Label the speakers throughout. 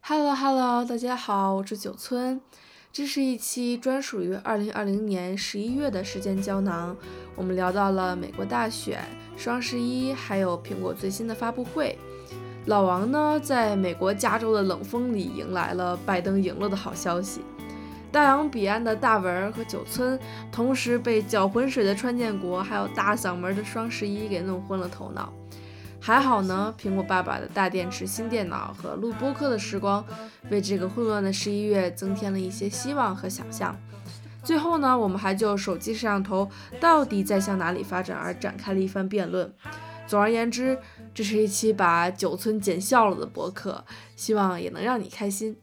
Speaker 1: Hello Hello，大家好，我是九村。这是一期专属于二零二零年十一月的时间胶囊。我们聊到了美国大选、双十一，还有苹果最新的发布会。老王呢，在美国加州的冷风里迎来了拜登赢了的好消息。大洋彼岸的大文儿和九村，同时被搅浑水的川建国，还有大嗓门的双十一给弄昏了头脑。还好呢，苹果爸爸的大电池、新电脑和录播课的时光，为这个混乱的十一月增添了一些希望和想象。最后呢，我们还就手机摄像头到底在向哪里发展而展开了一番辩论。总而言之，这是一期把九村剪笑了的博客，希望也能让你开心。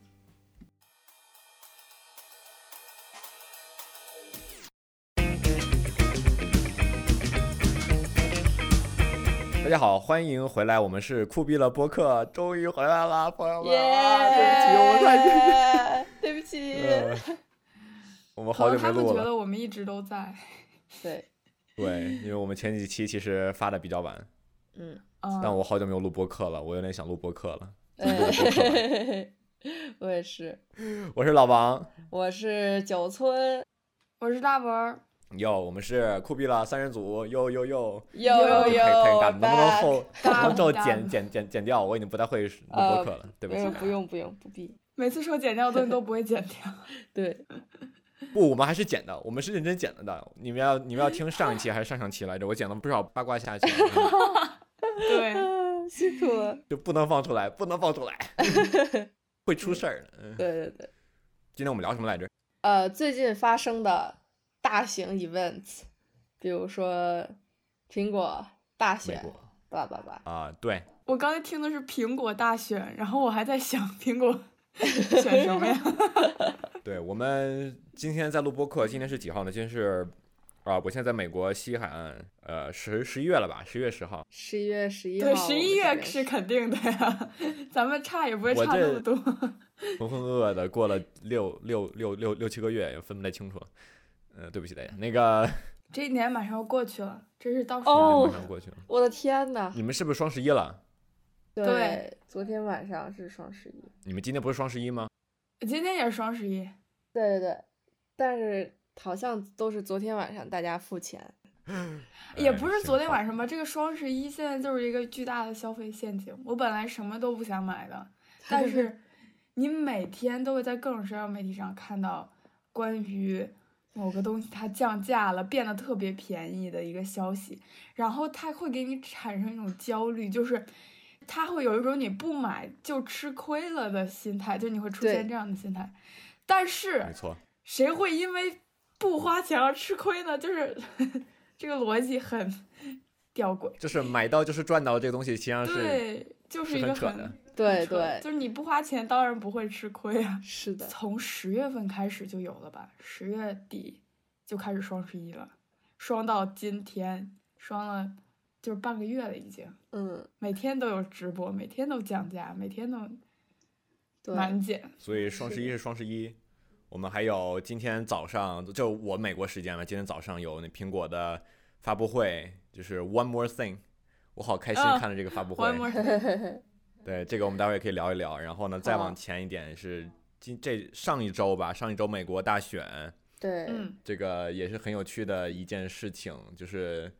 Speaker 2: 大家好，欢迎回来，我们是酷毙了播客，终于回来啦，朋友们
Speaker 3: 耶、
Speaker 2: 啊对不起，我 太、
Speaker 3: 太嗯对不起。
Speaker 2: 呃，我们好久没
Speaker 4: 他们
Speaker 2: 录
Speaker 4: 觉
Speaker 2: 了，
Speaker 4: 得我们一直都在。
Speaker 3: 对，
Speaker 2: 对，因为我们前几期其实发的比较晚，
Speaker 3: 嗯，
Speaker 2: 但
Speaker 4: 嗯，
Speaker 2: 我好久没有录播客了，我有点想录播客了。
Speaker 3: 哎我也是，
Speaker 2: 我是老王，
Speaker 3: 我是九村，
Speaker 4: 我是大文儿，
Speaker 2: 哟，我们是酷毙了三人组，哟哟哟，
Speaker 3: 又
Speaker 4: 哟
Speaker 3: 又
Speaker 2: 太太尴尬了，能不能
Speaker 3: back
Speaker 2: 后能不能
Speaker 4: back
Speaker 2: 之 后
Speaker 4: back
Speaker 2: 剪剪剪剪掉？我已经不太会录播
Speaker 3: 呃
Speaker 2: 客了，对不
Speaker 3: 没有不
Speaker 2: 起。
Speaker 3: 用不用不必，
Speaker 4: 每次说剪掉的东西都不会剪掉。
Speaker 3: 对，
Speaker 2: 不，我们还是剪的，我们是认真剪的的。你们要你们要听上一期还是上上期来着？我剪了不少八卦下去，
Speaker 4: 对，
Speaker 3: 啊辛苦了，
Speaker 2: 就不能放出来，不能放出来，会出事儿的。嗯，
Speaker 3: 对对对，
Speaker 2: 今天我们聊什么来着？
Speaker 3: 呃，最近发生的大型 events，比如说苹果大
Speaker 2: 美
Speaker 3: 选
Speaker 2: 国，
Speaker 3: 叭叭叭，
Speaker 2: 啊，对，
Speaker 4: 我刚才听的是苹果大选，然后我还在想苹果选什么 呀？
Speaker 2: 对，我们今天在录播客，今天是几号呢？今天是啊、我现在在美国西海岸，呃，十十一月了吧？十一月十号。
Speaker 3: 十一月十一号，
Speaker 4: 对，十一月是肯定的呀， 咱们差也不会
Speaker 2: 我
Speaker 4: 差那
Speaker 2: 这
Speaker 4: 么多。
Speaker 2: 浑浑噩噩的过了六六六六六七个月，也分不太清楚。呃，对不起大家，那个
Speaker 4: 这一年马上要过去了，真是到时
Speaker 3: 哦
Speaker 2: 马上过去了。
Speaker 3: 我的天呐，
Speaker 2: 你们是不是双十一了？
Speaker 4: 对，
Speaker 3: 昨天晚上是双十一。
Speaker 2: 你们今天不是双十一吗？嗯
Speaker 4: 今天也是双十一，
Speaker 3: 对对对，但是好像都是昨天晚上大家付钱。
Speaker 4: 也
Speaker 2: 哎
Speaker 4: 不是昨天晚
Speaker 2: 行
Speaker 4: 上吧？这个双十一现在就是一个巨大的消费陷阱。我本来什么都不想买的，但是你每天都会在各种社交媒体上看到关于某个东西它降价了，变得特别便宜的一个消息，然后它会给你产生一种焦虑，就是它会有一种你不买就吃亏了的心态，就你会出
Speaker 3: 对
Speaker 4: 现这样的心态。但
Speaker 2: 好
Speaker 4: 是
Speaker 2: 没错，
Speaker 4: 谁会因为不花钱而吃亏呢？就是 这个逻辑很吊诡。
Speaker 2: 就是买到就是赚到这个东西，实际上是
Speaker 4: 对，就是
Speaker 2: 是
Speaker 4: 一个
Speaker 2: 很扯
Speaker 4: 很
Speaker 2: 的。
Speaker 3: 对
Speaker 4: 很扯的
Speaker 3: 对，
Speaker 4: 就是你不花钱当然不会吃亏啊。
Speaker 3: 是的，
Speaker 4: 从十月份开始就有了吧？十月底就开始双十一了，双到今天，双了就是半个月了已经。
Speaker 3: 嗯，
Speaker 4: 每天都有直播，每天都降价，每天都
Speaker 3: 对，
Speaker 4: 满减。
Speaker 2: 所以双十一是双十一，我们还有今天早上，就我美国时间嘛，今天早上有那苹果的发布会，就是 One More Thing，我好开心
Speaker 4: 啊
Speaker 2: 看了这个发布会。
Speaker 4: One more，
Speaker 2: 对，这个我们待会儿也可以聊一聊。然后呢，再往前一点是今这上一周吧，上一周美国大选，
Speaker 3: 对，
Speaker 4: 嗯，
Speaker 2: 这个也是很有趣的一件事情，就是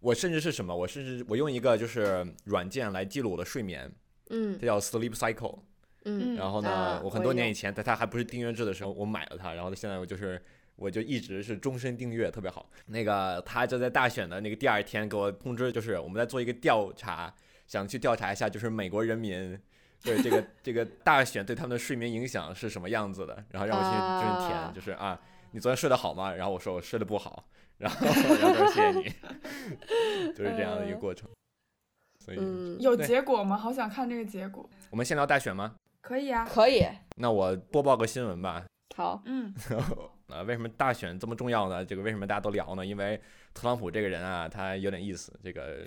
Speaker 2: 我甚至是什么，我甚至我用一个就是软件来记录我的睡眠，
Speaker 3: 嗯
Speaker 2: 这叫 Sleep Cycle。
Speaker 3: 嗯
Speaker 4: 嗯
Speaker 2: 然后呢，
Speaker 3: 啊
Speaker 2: 我
Speaker 3: 我
Speaker 2: 很多
Speaker 3: 也
Speaker 2: 年
Speaker 3: 有
Speaker 2: 以前，在它还不是订阅制的时候，我买了它，然后现在我就是。我就一直是终身订阅，特别好。那个他就在大选的那个第二天给我通知，就是我们在做一个调查，想去调查一下，就是美国人民对这 个这个大选对他们的睡眠影响是什么样子的，然后让我去就是
Speaker 3: 啊
Speaker 2: 填，就是啊，你昨天睡得好吗？然后我说我睡得不好，然后然后他说谢谢你， 就是这样的一个过程。所以
Speaker 3: 嗯，
Speaker 4: 有
Speaker 2: 对
Speaker 4: 结果吗？好想看这个结果。
Speaker 2: 我们先聊大选吗？
Speaker 4: 可以啊，
Speaker 3: 可以，
Speaker 2: 那我播报个新闻吧，
Speaker 3: 好，
Speaker 4: 嗯，
Speaker 2: 啊，为什么大选这么重要呢？这个为什么大家都聊呢？因为特朗普这个人啊，他有点意思。这个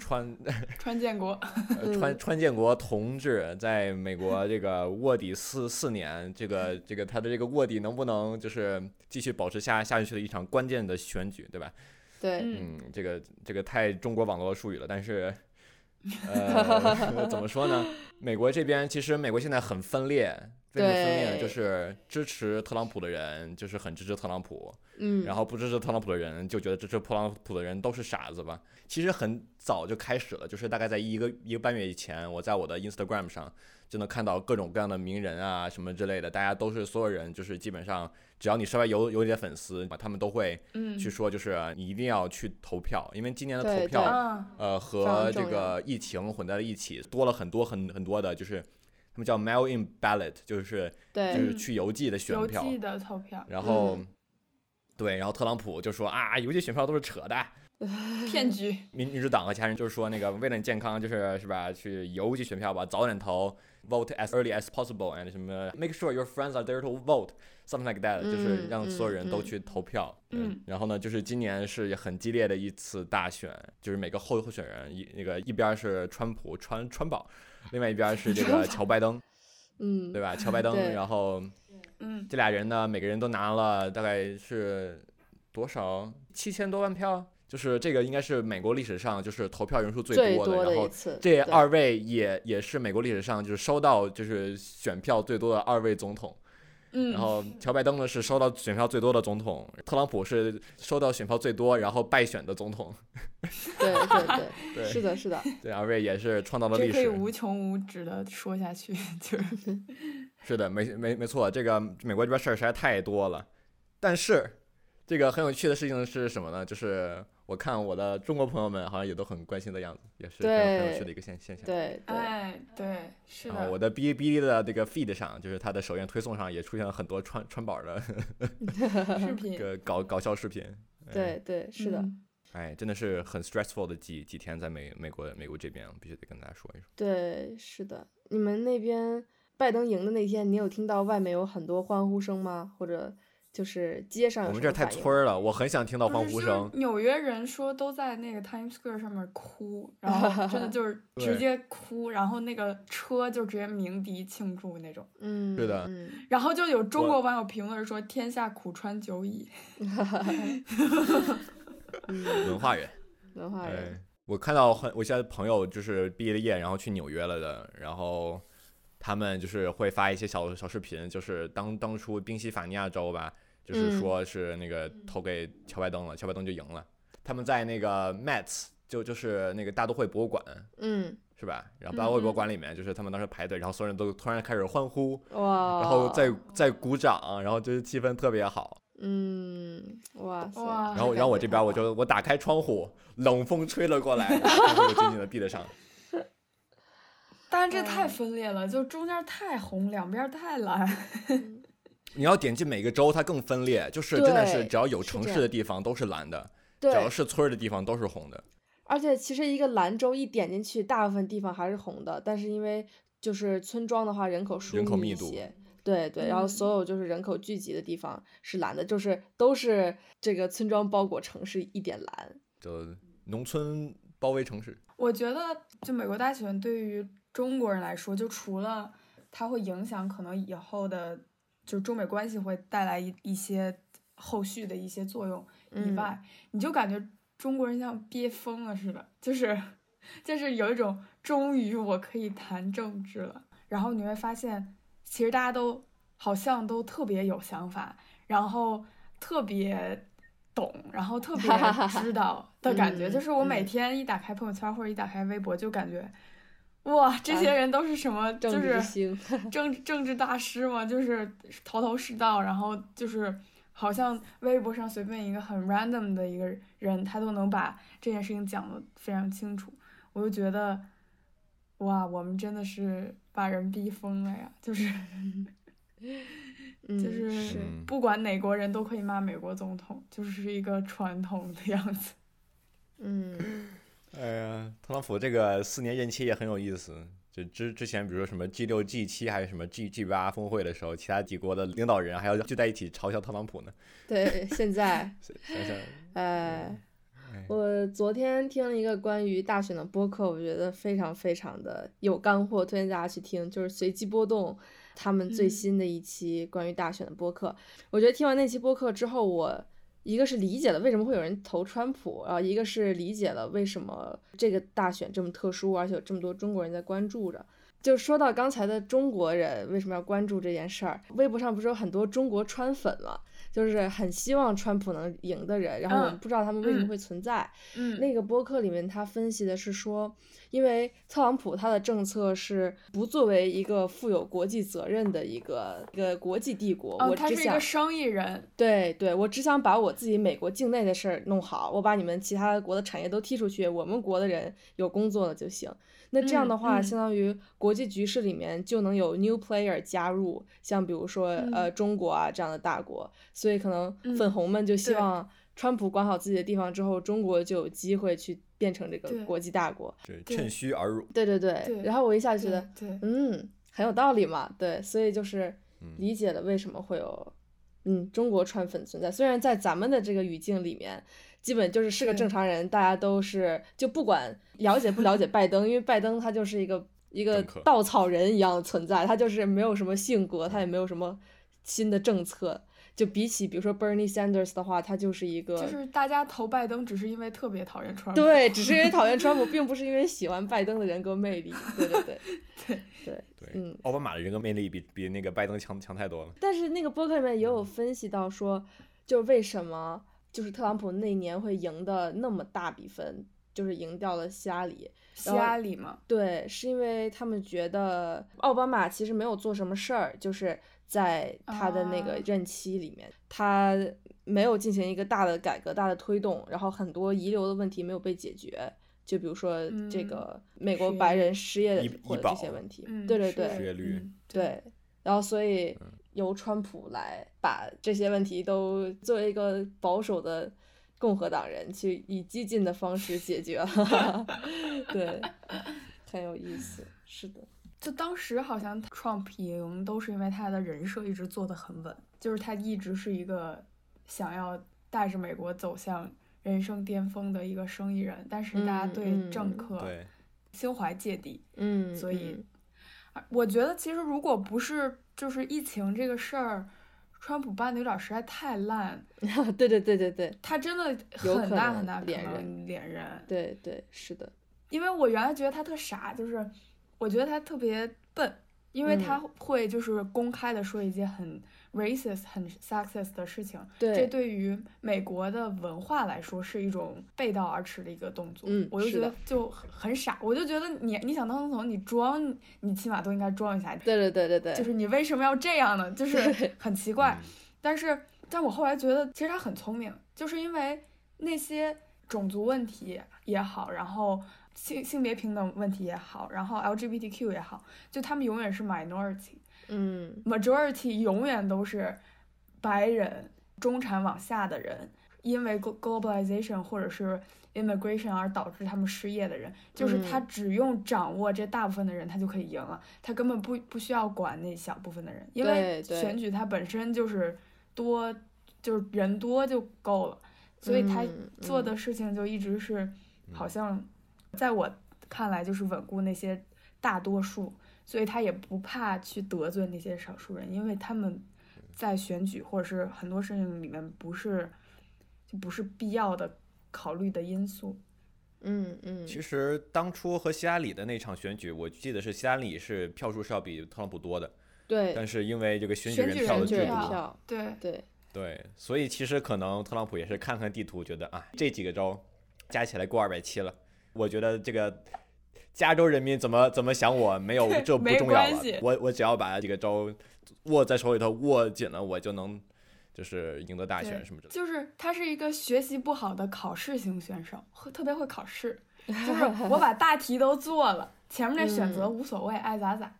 Speaker 2: 川
Speaker 4: 川建国，
Speaker 2: 呃川川建国同志在美国这个卧底四四年，这个这个他的这个卧底能不能就是继续保持下下去的一场关键的选举，对吧？
Speaker 3: 对，
Speaker 4: 嗯，
Speaker 2: 嗯，这个这个太中国网络术语了，但是呃， 怎么说呢？美国这边其实美国现在很分裂，为什么分裂呢？
Speaker 3: 对
Speaker 2: 就是支持特朗普的人就是很支持特朗普，
Speaker 3: 嗯，
Speaker 2: 然后不支持特朗普的人就觉得支持特朗普的人都是傻子吧。其实很早就开始了，就是大概在一个一个半月以前，我在我的 Instagram 上就能看到各种各样的名人啊什么之类的，大家都是所有人就是基本上只要你稍微有有点粉丝，他们都会
Speaker 4: 嗯，
Speaker 2: 去说就是你一定要去投票，因为今年的
Speaker 3: 对
Speaker 2: 投
Speaker 3: 对
Speaker 2: 票
Speaker 4: 啊，
Speaker 2: 呃，和
Speaker 3: 常
Speaker 2: 这
Speaker 3: 重要
Speaker 2: 个疫情混在了一起，多了很多很很多的，就是他们叫 mail in ballot，就是就
Speaker 3: 对，
Speaker 2: 是去邮寄的选
Speaker 4: 邮
Speaker 2: 票。
Speaker 4: 寄的投 票，
Speaker 2: 然后，
Speaker 3: 嗯
Speaker 2: 对，然后特朗普就说啊，邮寄选票都是扯的。
Speaker 4: 骗局，
Speaker 2: 民民主党和其他人就是说那个为了你健康，就是是吧，去邮寄选票吧，早点投，vote as early as possible and 什么 make sure your friends are there to vote something like that，、就是
Speaker 3: 嗯
Speaker 2: 让所有人都
Speaker 3: 嗯
Speaker 2: 去投票。
Speaker 4: 嗯，
Speaker 2: 然后呢，就是今年是很激烈的一次大选，就是每个候候选人一那个一边是川普川川宝，另外一边是这个乔拜登，
Speaker 3: 嗯
Speaker 2: 对，吧？乔拜登，
Speaker 3: 对
Speaker 2: 然后
Speaker 4: 嗯，
Speaker 2: 这俩人呢，每个人都拿了大概是多少七千多万票，就是这个应该是美国历史上就是投票人数最
Speaker 3: 最
Speaker 2: 多的，
Speaker 3: 多
Speaker 2: 然
Speaker 3: 一
Speaker 2: 后。
Speaker 3: 次，
Speaker 2: 这
Speaker 3: 对
Speaker 2: 二位也也是美国历史上就是收到就是选票最多的二位总统，
Speaker 4: 嗯，
Speaker 2: 然后乔拜登呢是收到选票最多的总统，特朗普是收到选票最多然后败选的总统，
Speaker 3: 对对对，是
Speaker 2: 对，
Speaker 3: 的，是的，
Speaker 2: 这二位也是创造了
Speaker 4: 这
Speaker 2: 历
Speaker 4: 可以
Speaker 2: 史，
Speaker 4: 无穷无止的说下去，就是
Speaker 2: 是的，没没没错，这个美国这边事儿实在太多了。但是，这个很有趣的事情是什么呢？就是我看我的中国朋友们好像也都很关心的样子，也是很有很有
Speaker 3: 对
Speaker 2: 趣的一个现现象。
Speaker 3: 对对，
Speaker 4: 哎，对，是
Speaker 2: 然后我
Speaker 4: 的，
Speaker 2: 的哔哩哔哩的这个 feed 上，就是它的首页推送上也出现了很多川川宝的
Speaker 4: 视
Speaker 2: 这
Speaker 4: 频，
Speaker 2: 个搞搞笑视频。哎，
Speaker 3: 对对，是的，
Speaker 4: 嗯
Speaker 2: 哎，真的是很 stressful 的几几天在美美国美国这边，必须得跟大家说一
Speaker 3: 嗯
Speaker 2: 说。
Speaker 3: 对是的。你们那边拜登赢的那天，你有听到外面有很多欢呼声吗？或者就是街上有
Speaker 2: 我们
Speaker 3: 什
Speaker 2: 这儿
Speaker 3: 么
Speaker 2: 太
Speaker 3: 反应
Speaker 2: 村儿了，我很想听到
Speaker 4: 不
Speaker 2: 欢
Speaker 4: 是
Speaker 2: 呼
Speaker 4: 嗯就是
Speaker 2: 声。
Speaker 4: 纽约人说都在那个 Times Square 上面哭，然后 真的就是直
Speaker 2: 对
Speaker 4: 接哭，然后那个车就直接鸣笛庆祝那种。
Speaker 3: 嗯，
Speaker 2: 是的
Speaker 3: 嗯，
Speaker 4: 然后就有中
Speaker 2: 我
Speaker 4: 国网友评论说：“天下苦川久矣。
Speaker 3: 嗯，
Speaker 2: 文化人。
Speaker 3: 文化人，
Speaker 2: 哎，我看到很，我现在朋友就是毕了业，然后去纽约了的，然后他们就是会发一些小小视频，就是当当初宾夕法尼亚州吧，就是
Speaker 3: 嗯
Speaker 2: 说是那个投给乔拜登了，乔拜登就赢了。他们在那个 Mets 就就是那个大都会博物馆
Speaker 3: 嗯，
Speaker 2: 是吧？然后大都会
Speaker 4: 嗯嗯
Speaker 2: 博物馆里面就是他们当时排队，然后所有人都突然开始欢呼，
Speaker 3: 哇，
Speaker 2: 然后再再鼓掌，然后就是气氛特别好。
Speaker 3: 嗯，哇塞，
Speaker 4: 哇
Speaker 2: 然后，然后我这边我就我打开窗户，冷风吹了过来， 然后窗户就紧紧的闭得上。”
Speaker 4: 但是这太分裂了，就中间太红，两边太蓝。
Speaker 2: 你要点进每个州，它更分裂，就是真的是
Speaker 3: 对
Speaker 2: 只要有
Speaker 3: 是
Speaker 2: 城
Speaker 3: 这
Speaker 2: 市的地方都是蓝的，只
Speaker 3: 对
Speaker 2: 要，是村儿的地方都是红的。
Speaker 3: 而且其实一个兰州一点进去，大部分地方还是红的，但是因为就是村庄的话，人口疏
Speaker 2: 人口
Speaker 3: 密
Speaker 2: 密
Speaker 3: 一
Speaker 2: 度
Speaker 3: 些，对对，然后
Speaker 4: 嗯
Speaker 3: 所有就是人口聚集的地方是蓝的，就是都是这个村庄包裹城市一点蓝，
Speaker 2: 就农村包围城市，
Speaker 4: 我觉得，就美国大选对于中国人来说，就除了它会影响可能以后的，就中美关系会带来一一些后续的一些作用以
Speaker 3: 嗯
Speaker 4: 外，你就感觉中国人像憋疯了似的，就是 就是有一种终于我可以谈政治了。然后你会发现，其实大家都好像都特别有想法，然后特别懂，然 后特别知道的感觉。
Speaker 3: 嗯
Speaker 4: 就是我每
Speaker 3: 嗯
Speaker 4: 天一打开朋友圈或者一打开微博，就感觉哇，这
Speaker 3: 啊
Speaker 4: 些人都是什么？就
Speaker 3: 政治
Speaker 4: 是
Speaker 3: 之星，
Speaker 4: 政政治大师嘛，就是头头是道，然后就是好像微博上随便一个很 random 的一个人，他都能把这件事情讲得非常清楚，我就觉得，哇，我们真的是把人逼疯了呀！就是
Speaker 3: 嗯，
Speaker 4: 就是
Speaker 3: 是
Speaker 2: 嗯
Speaker 4: 不管哪国人都可以骂美国总统，就是一个传统的样子。
Speaker 3: 嗯，
Speaker 2: 哎呀，特朗普这个四年任期也很有意思。就之之前，比如说什么 G 六、G 七还是什么 G G 八峰会的时候，其他几国的领导人还要聚在一起嘲笑特朗普呢。
Speaker 3: 对，现在
Speaker 2: 想想，
Speaker 3: 哎。
Speaker 2: 哎，
Speaker 3: 我昨天听了一个关于大选的播客，我觉得非常非常的有干货，推荐大家去听，就是随机波动他们最
Speaker 4: 嗯
Speaker 3: 新的一期关于大选的播客。我觉得听完那期播客之后，我一个是理解了为什么会有人投川普，然后一个是理解了为什么这个大选这么特殊，而且有这么多中国人在关注着。就说到刚才的中国人为什么要关注这件事儿，微博上不是有很多中国川粉嘛，就是很希望川普能赢的人，然后我们
Speaker 4: 嗯
Speaker 3: 不知道他们为什么
Speaker 4: 嗯
Speaker 3: 会存在。
Speaker 4: 嗯，
Speaker 3: 那个播客里面，他分析的是说，因为特朗普他的政策是不作为一个负有国际责任的一个一个国际帝国，
Speaker 4: 哦，
Speaker 3: 我
Speaker 4: 他
Speaker 3: 只
Speaker 4: 是一个
Speaker 3: 想
Speaker 4: 生意人，
Speaker 3: 对对，我只想把我自己美国境内的事儿弄好，我把你们其他国的产业都踢出去，我们国的人有工作了就行。那这样的
Speaker 4: 嗯
Speaker 3: 话，
Speaker 4: 嗯
Speaker 3: 相当于国际局势里面就能有 new player 加入，像比如说、呃中国啊这样的大国，所以可能粉
Speaker 4: 嗯
Speaker 3: 红们就希
Speaker 4: 对
Speaker 3: 望川普管好自己的地方之后，中国就有机会去变成这个
Speaker 4: 对
Speaker 3: 国际大国。
Speaker 2: 是
Speaker 4: 对
Speaker 2: 趁虚而入。
Speaker 3: 对对对，
Speaker 4: 对
Speaker 3: 然后我一下就觉
Speaker 4: 对
Speaker 3: 得，
Speaker 4: 对，
Speaker 3: 嗯，很有道理嘛，对，所以就是
Speaker 2: 嗯
Speaker 3: 理解了为什么会有，嗯，中国川粉存在。虽然在咱们的这个语境里面，基本就是是个
Speaker 4: 对
Speaker 3: 正常人，大家都是就不管了解不了解拜登，因为拜登他就是一个一个
Speaker 2: 政客
Speaker 3: 稻草人一样的存在，他就是没有什么性格，
Speaker 2: 嗯
Speaker 3: 他也没有什么新的政策。就比起比如说 Bernie Sanders 的话，他就是一个
Speaker 4: 就是大家投拜登只是因为特别讨厌川普，
Speaker 3: 对，只是因为讨厌川普，并不是因为喜欢拜登的人格魅力。对对对
Speaker 4: 对
Speaker 3: 对，
Speaker 2: 对，
Speaker 3: 嗯
Speaker 2: 奥巴马的人格魅力比比那个拜登强强太多了。
Speaker 3: 但是那个播客里面也
Speaker 4: 嗯
Speaker 3: 有分析到说，就是为什么就是特朗普那年会赢的那么大比分，就是赢掉了希拉里。
Speaker 4: 希拉里嘛，
Speaker 3: 对，是因为他们觉得奥巴马其实没有做什么事儿，就是在他的那个
Speaker 4: 啊
Speaker 3: 任期里面，他没有进行一个大的改革、大的推动，然后很多遗留的问题没有被解决，就比如说这
Speaker 4: 嗯
Speaker 3: 个美国
Speaker 4: 失
Speaker 3: 白
Speaker 4: 业
Speaker 3: 人失业
Speaker 2: 医
Speaker 3: 的或
Speaker 2: 医
Speaker 3: 者这
Speaker 2: 保
Speaker 3: 些问题。
Speaker 4: 嗯，
Speaker 3: 对对
Speaker 4: 是
Speaker 3: 对，
Speaker 2: 失业率
Speaker 4: 嗯
Speaker 3: 对，然后所以由川普来把这些问题都作为一个保守的共和党人去以激进的方式解决了，对，很有意思，是的，
Speaker 4: 就当时好像 Trump 赢都是因为他的人设一直做得很稳，就是他一直是一个想要带着美国走向人生巅峰的一个生意人，但是大家
Speaker 3: 嗯
Speaker 4: 对
Speaker 3: 嗯
Speaker 4: 政客
Speaker 2: 对，
Speaker 4: 心怀芥蒂，
Speaker 3: 嗯，
Speaker 4: 所以啊我觉得其实如果不是就是疫情这个事儿，川普办的有点儿实在太烂，
Speaker 3: 嗯 对对对对对
Speaker 4: 他真的
Speaker 3: 有
Speaker 4: 很
Speaker 3: 可
Speaker 4: 大
Speaker 3: 能
Speaker 4: 很大可
Speaker 3: 连
Speaker 4: 能
Speaker 3: 任
Speaker 4: 连任，
Speaker 3: 对对，是的，
Speaker 4: 因为我原来觉得他特傻，就是我觉得他特别笨，因
Speaker 3: 嗯
Speaker 4: 为他会就是公开的说一些很 racist、很 sexist 的事情，这
Speaker 3: 对，
Speaker 4: 对于美国的文化来说是一种背道而驰的一个动作。
Speaker 3: 嗯
Speaker 4: 我就是觉得
Speaker 3: 的
Speaker 4: 就很很傻，我就觉得你你想当总统，你装你起码都应该装一下，
Speaker 3: 对对对对对，
Speaker 4: 就是你为什么要这样呢？就是
Speaker 3: 对
Speaker 4: 很奇怪。
Speaker 2: 嗯
Speaker 4: 但是，但我后来觉得，其实他很聪明，就是因为那些种族问题也好，然后性性别平等问题也好，然后 LGBTQ 也好，就他们永远是 minority，majority
Speaker 3: 嗯
Speaker 4: 永远都是白人、中产往下的人，因为 glo- globalization 或者是 immigration 而导致他们失业的人，就是他
Speaker 3: 嗯
Speaker 4: 只用掌握这大部分的人，他就可以赢了，他根本不不需要管那小部分的人，因
Speaker 3: 对
Speaker 4: 为
Speaker 3: 对
Speaker 4: 选举它本身就是多，就是人多就够了，所以他
Speaker 3: 嗯
Speaker 4: 做
Speaker 3: 嗯
Speaker 4: 的事情就一直是好像，在我看来就是稳固那些大多数，所以他也不怕去得罪那些少数人，因为他们在选举或者是很多事情里面不是就不是必要的考虑的因素。
Speaker 3: 嗯嗯，
Speaker 2: 其实当初和希拉里的那场选举，我记得是希拉里是票数是要比特朗普多的，
Speaker 3: 对，
Speaker 2: 但是因为这个选举
Speaker 4: 选
Speaker 2: 人
Speaker 4: 举
Speaker 2: 票的啊
Speaker 3: 选
Speaker 4: 人
Speaker 2: 巨
Speaker 3: 举
Speaker 4: 制
Speaker 3: 人
Speaker 4: 度
Speaker 2: 多，
Speaker 3: 票，
Speaker 4: 对，
Speaker 3: 对，
Speaker 2: 对，所以其实可能特朗普也是看看地图，觉得啊这几个州加起来过二百七了，我觉得这个。加州人民怎么怎么想我没 有这不
Speaker 4: 没
Speaker 2: 重要
Speaker 4: 关
Speaker 2: 了
Speaker 4: 系，
Speaker 2: 我我只要把这个州握在手里头握紧了，我就能就是赢得大选
Speaker 4: 对
Speaker 2: 什么之类的。
Speaker 4: 就是他是一个学习不好的考试型选手，会特别会考试。就是我 把大题都做了，前面那选择
Speaker 3: 嗯
Speaker 4: 无所谓，爱咋咋，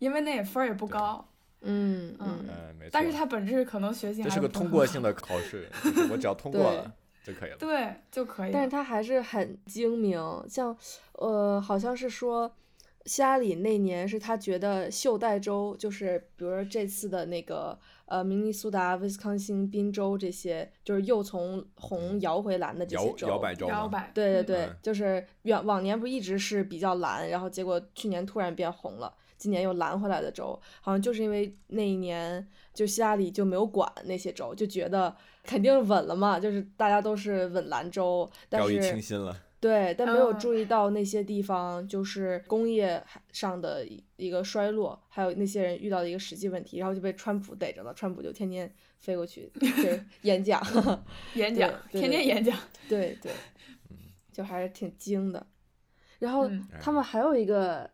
Speaker 4: 因为那也分儿也不高。
Speaker 3: 嗯
Speaker 4: 嗯
Speaker 3: 嗯，
Speaker 2: 嗯，没错。
Speaker 4: 但是他本质可能学习还
Speaker 2: 这是个
Speaker 4: 不很
Speaker 2: 通过
Speaker 4: 好
Speaker 2: 性的考试，就是我只要通过
Speaker 3: 对
Speaker 2: 了就可以了。
Speaker 4: 对就可以了。
Speaker 3: 但是他还是很精明，像呃，好像是说希拉里那年是他觉得袖带州，就是比如说这次的那个呃明尼苏达、威斯康星、宾州这些，就是又从红摇回蓝的这些
Speaker 2: 嗯摇
Speaker 3: 州。
Speaker 2: 摇摆州
Speaker 4: 摇
Speaker 2: 吗？
Speaker 4: 摆，
Speaker 3: 对对对，
Speaker 2: 嗯
Speaker 3: 就是远往年不一直是比较蓝，然后结果去年突然变红了。今年又拦回来的州，好像就是因为那一年就希拉里就没有管那些州，就觉得肯定稳了嘛，就是大家都是稳蓝州，但
Speaker 2: 掉以轻
Speaker 3: 是
Speaker 2: 心了。
Speaker 3: 对，但没有
Speaker 4: 嗯
Speaker 3: 注意到那些地方就是工业上的一一个衰落，还有那些人遇到的一个实际问题，然后就被川普逮着了，川普就天天飞过去 就是演讲，
Speaker 4: 演讲，
Speaker 3: 对对
Speaker 4: 天天
Speaker 3: 对
Speaker 4: 演讲，
Speaker 3: 对对，就还是挺精的。然后
Speaker 4: 嗯
Speaker 3: 他们还有一个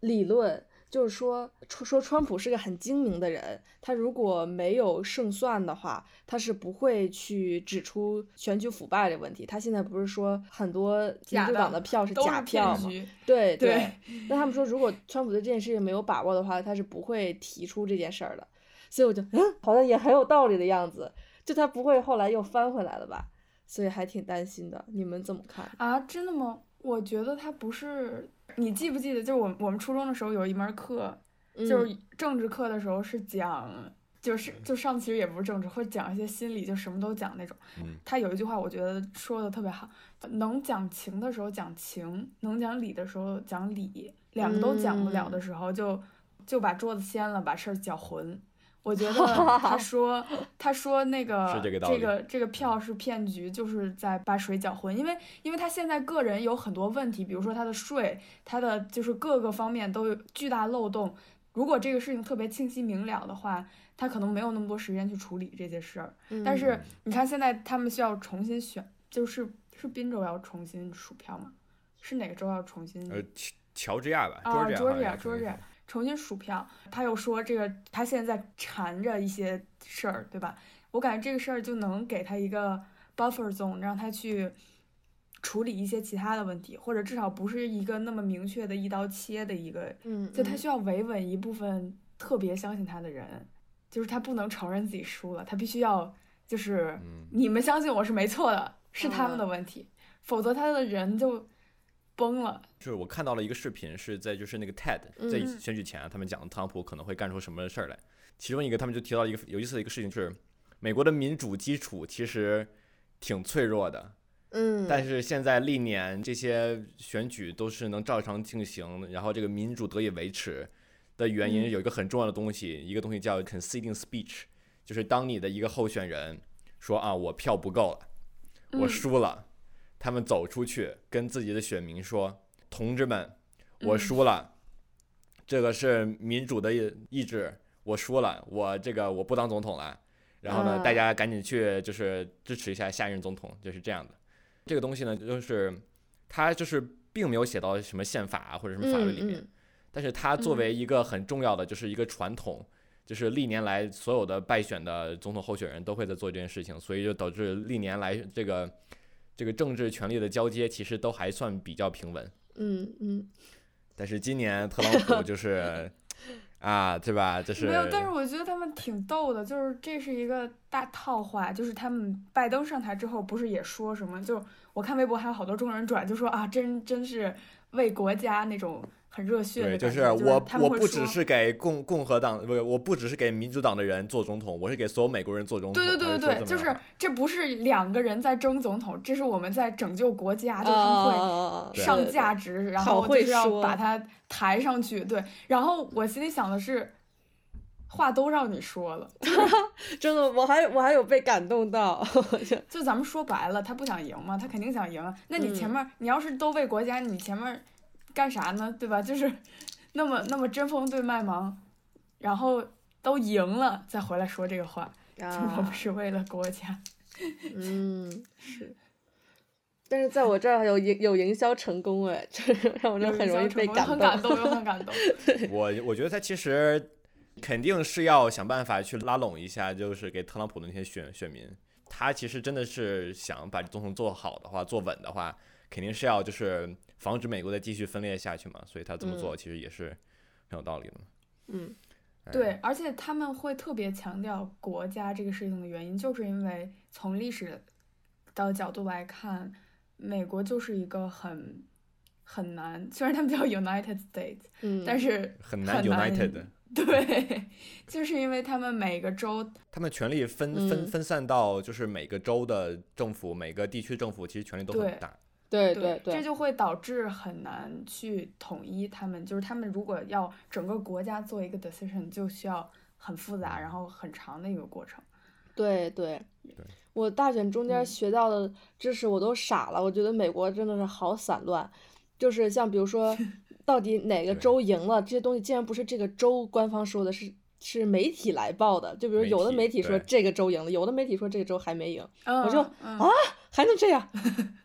Speaker 3: 理论，就是说说说川普是个很精明的人，他如果没有胜算的话，他是不会去指出选举腐败这个问题。他现在不是说很多民
Speaker 4: 假
Speaker 3: 主
Speaker 4: 的
Speaker 3: 党的票是
Speaker 4: 都
Speaker 3: 假
Speaker 4: 是骗
Speaker 3: 票吗？
Speaker 4: 局。
Speaker 3: 对
Speaker 4: 对
Speaker 3: 对。那他们说，如果川普对这件事情没有把握的话，他是不会提出这件事儿的。所以我就嗯，好像也很有道理的样子，就他不会后来又翻回来了吧？所以还挺担心的。你们怎么看？
Speaker 4: 啊，真的吗？我觉得他不是，你记不记得？就是我们我们初中的时候有一门课，
Speaker 3: 嗯
Speaker 4: 就是政治课的时候是讲，就是就上其实也不是政治，会讲一些心理，就什么都讲那种。
Speaker 2: 嗯
Speaker 4: 他有一句话，我觉得说的特别好，能讲情的时候讲情，能讲理的时候讲理，两个都讲不了的时候就、就把桌子掀了，把事儿搅浑。我觉得他说他说那个
Speaker 2: 是这个道
Speaker 4: 这
Speaker 2: 理
Speaker 4: 个这个票是骗局，就是在把水搅浑，因为因为他现在个人有很多问题，比如说他的税，他的就是各个方面都有巨大漏洞。如果这个事情特别清晰明了的话，他可能没有那么多时间去处理这些事儿。
Speaker 3: 嗯，
Speaker 4: 但是你看，现在他们需要重新选，就是是宾州要重新数票吗？是哪个州要重新？
Speaker 2: 呃，乔乔治亚吧，
Speaker 4: 啊，
Speaker 2: 治亚
Speaker 4: 卓
Speaker 2: 好
Speaker 4: 尔
Speaker 2: 像
Speaker 4: 亚，
Speaker 2: 是
Speaker 4: 卓尔亚，重新数票。他又说这个，他现在在缠着一些事儿，对吧？我感觉这个事儿就能给他一个 buffer zone，让他去处理一些其他的问题，或者至少不是一个那么明确的一刀切的一个，
Speaker 3: 嗯，
Speaker 4: 就他
Speaker 3: 嗯
Speaker 4: 需要维稳一部分特别相信他的人，就是他不能承认自己输了，他必须要就是
Speaker 2: 嗯
Speaker 4: 你们相信我是没错的，是他们的
Speaker 3: 嗯
Speaker 4: 问题，否则他的人就崩了。
Speaker 2: 就是我看到了一个视频，是在就是那个 TED
Speaker 3: 嗯
Speaker 2: 在选举前啊、他们讲特朗普可能会干出什么事儿来。其中一个他们就提到一个有意思的一个事情，就是美国的民主基础其实挺脆弱的，
Speaker 3: 嗯，
Speaker 2: 但是现在历年这些选举都是能照常进行，然后这个民主得以维持的原因
Speaker 4: 嗯
Speaker 2: 有一个很重要的东西，一个东西叫 conceding speech，就是当你的一个候选人说啊我票不够了，我
Speaker 4: 嗯
Speaker 2: 输了，他们走出去跟自己的选民说，同志们，我
Speaker 4: 嗯
Speaker 2: 输了，这个是民主的意意志，我输了，我这个我不当总统了。然后呢，大
Speaker 3: 啊
Speaker 2: 家赶紧去就是支持一下下一任总统，就是这样的。这个东西呢，就是它就是并没有写到什么宪法啊或者什么法律里面，
Speaker 3: 嗯
Speaker 2: 但是它作
Speaker 4: 嗯
Speaker 2: 为一个很重要的，就是一个传统，就是历年来所有的败选的总统候选人都会在做这件事情，所以就导致历年来这个这个政治权力的交接其实都还算比较平稳。
Speaker 3: 嗯嗯
Speaker 2: 但是今年特朗普 就是啊，对吧？就是
Speaker 4: 没有，但是我觉得他们挺逗的，就是这是一个大套话，就是他们拜登上台之后不是也说什么，就我看微博还有好多中国人转，就说啊，真真是为国家那种很热血
Speaker 2: 对，
Speaker 4: 的
Speaker 2: 就
Speaker 4: 感
Speaker 2: 是
Speaker 4: 觉，就
Speaker 2: 我
Speaker 4: 他，们
Speaker 2: 我
Speaker 4: 会
Speaker 2: 不
Speaker 4: 说
Speaker 2: 只是给共共和党，不是，我不只是给民主党的人做总统，我是给所有美国人做总统。
Speaker 4: 对对对
Speaker 2: 还
Speaker 4: 对
Speaker 2: 说
Speaker 4: 对，
Speaker 2: 这
Speaker 4: 就
Speaker 2: 么
Speaker 4: 是
Speaker 2: 样
Speaker 4: 这不是两个人在争总统，这是我们在拯救国家，
Speaker 3: 啊
Speaker 4: 就是他们会
Speaker 3: 啊
Speaker 2: 对
Speaker 4: 上价，值，然
Speaker 3: 好
Speaker 4: 后就
Speaker 3: 会
Speaker 4: 是要
Speaker 3: 说
Speaker 4: 把它抬上去。对，然后我心里想的是，话都让你说了，
Speaker 3: 对对对真的，我还我还有被感动到，
Speaker 4: 就咱们说白了，他不想赢嘛，他肯定想赢。啊那你前
Speaker 3: 嗯
Speaker 4: 面、你要是都为国家，你前面干啥呢？对吧？就是 那么那么针锋对麦芒，然后都赢了再回来说这个话，就是我们
Speaker 3: 啊，
Speaker 4: 是为了国家。
Speaker 3: 嗯是。但是在我这儿有营有营销成功哎，就是 让我这
Speaker 4: 有
Speaker 3: 儿很
Speaker 4: 营
Speaker 3: 容易
Speaker 4: 销
Speaker 3: 被
Speaker 4: 成功又
Speaker 3: 感
Speaker 4: 很
Speaker 3: 动。
Speaker 4: 感动，又 很感动。
Speaker 2: 我我觉得他其实肯定是要想办法去拉拢一下，就是给特朗普的那些选选民。他其实真的是想把总统做好的话，做稳的话，肯定是要就是防止美国再继续分裂下去嘛。所以他这么做其实也是很有道理的嘛。
Speaker 3: 嗯
Speaker 2: 哎
Speaker 4: 对，，而且他们会特别强调国家这个事情的原因，就是因为从历史的角度来看，美国就是一个很很难，虽然他们叫 United States，、
Speaker 3: 嗯，
Speaker 4: 但是
Speaker 2: 很难
Speaker 4: 很难
Speaker 2: united。
Speaker 4: 对，就是因为他们每个州
Speaker 2: 他们权力分分
Speaker 3: 嗯
Speaker 2: 分散到就是每个州的政府、每个地区政府，其实权力都
Speaker 4: 对
Speaker 2: 很大。
Speaker 3: 对
Speaker 4: 对
Speaker 3: 对，
Speaker 4: 这就会导致很难去统一他们，就是他们如果要整个国家做一个 decision，就需要很复杂，然后很长的一个过程。
Speaker 3: 对对
Speaker 2: 对，
Speaker 3: 我大选中间
Speaker 4: 嗯
Speaker 3: 学到的知识我都傻了，我觉得美国真的是好散乱，就是像比如说，到底哪个
Speaker 2: 对
Speaker 3: 州赢了，这些东西竟然不是这个州官方说的，是是媒体来报的，就比如
Speaker 2: 媒
Speaker 3: 有的
Speaker 2: 体
Speaker 3: 媒体说
Speaker 2: 对
Speaker 3: 这个州赢了，有的媒体说这个州还没赢，
Speaker 4: 嗯，
Speaker 3: 就
Speaker 4: 嗯
Speaker 3: 啊还能这样？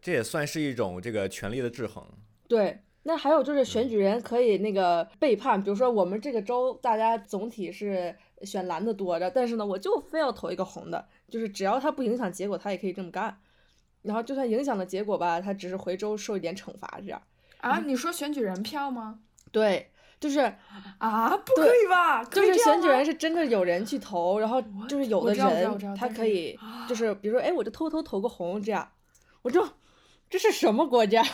Speaker 2: 这也算是一种这个权力的制衡。
Speaker 3: 对，那还有就是选举人可以那个背叛，比如说我们这个州大家总体是选蓝的多着，但是呢，我就非要投一个红的，就是只要他不影响结果，他也可以这么干。然后就算影响了结果吧，他只是回州受一点惩罚，这样。
Speaker 4: 啊！你说选举人票吗？
Speaker 3: 对，就是
Speaker 4: 啊，不可以吧？
Speaker 3: 就
Speaker 4: 可以
Speaker 3: 是
Speaker 4: 这样
Speaker 3: 选举人
Speaker 4: 吗
Speaker 3: 是真的有人去投，然后
Speaker 4: What？
Speaker 3: 就是有
Speaker 4: 我
Speaker 3: 的
Speaker 4: 知道我知道我知
Speaker 3: 人
Speaker 4: 道
Speaker 3: 他
Speaker 4: 但
Speaker 3: 可
Speaker 4: 是
Speaker 3: 以就是比如说，哎，我就偷偷投个红这样，我就这是什么国家？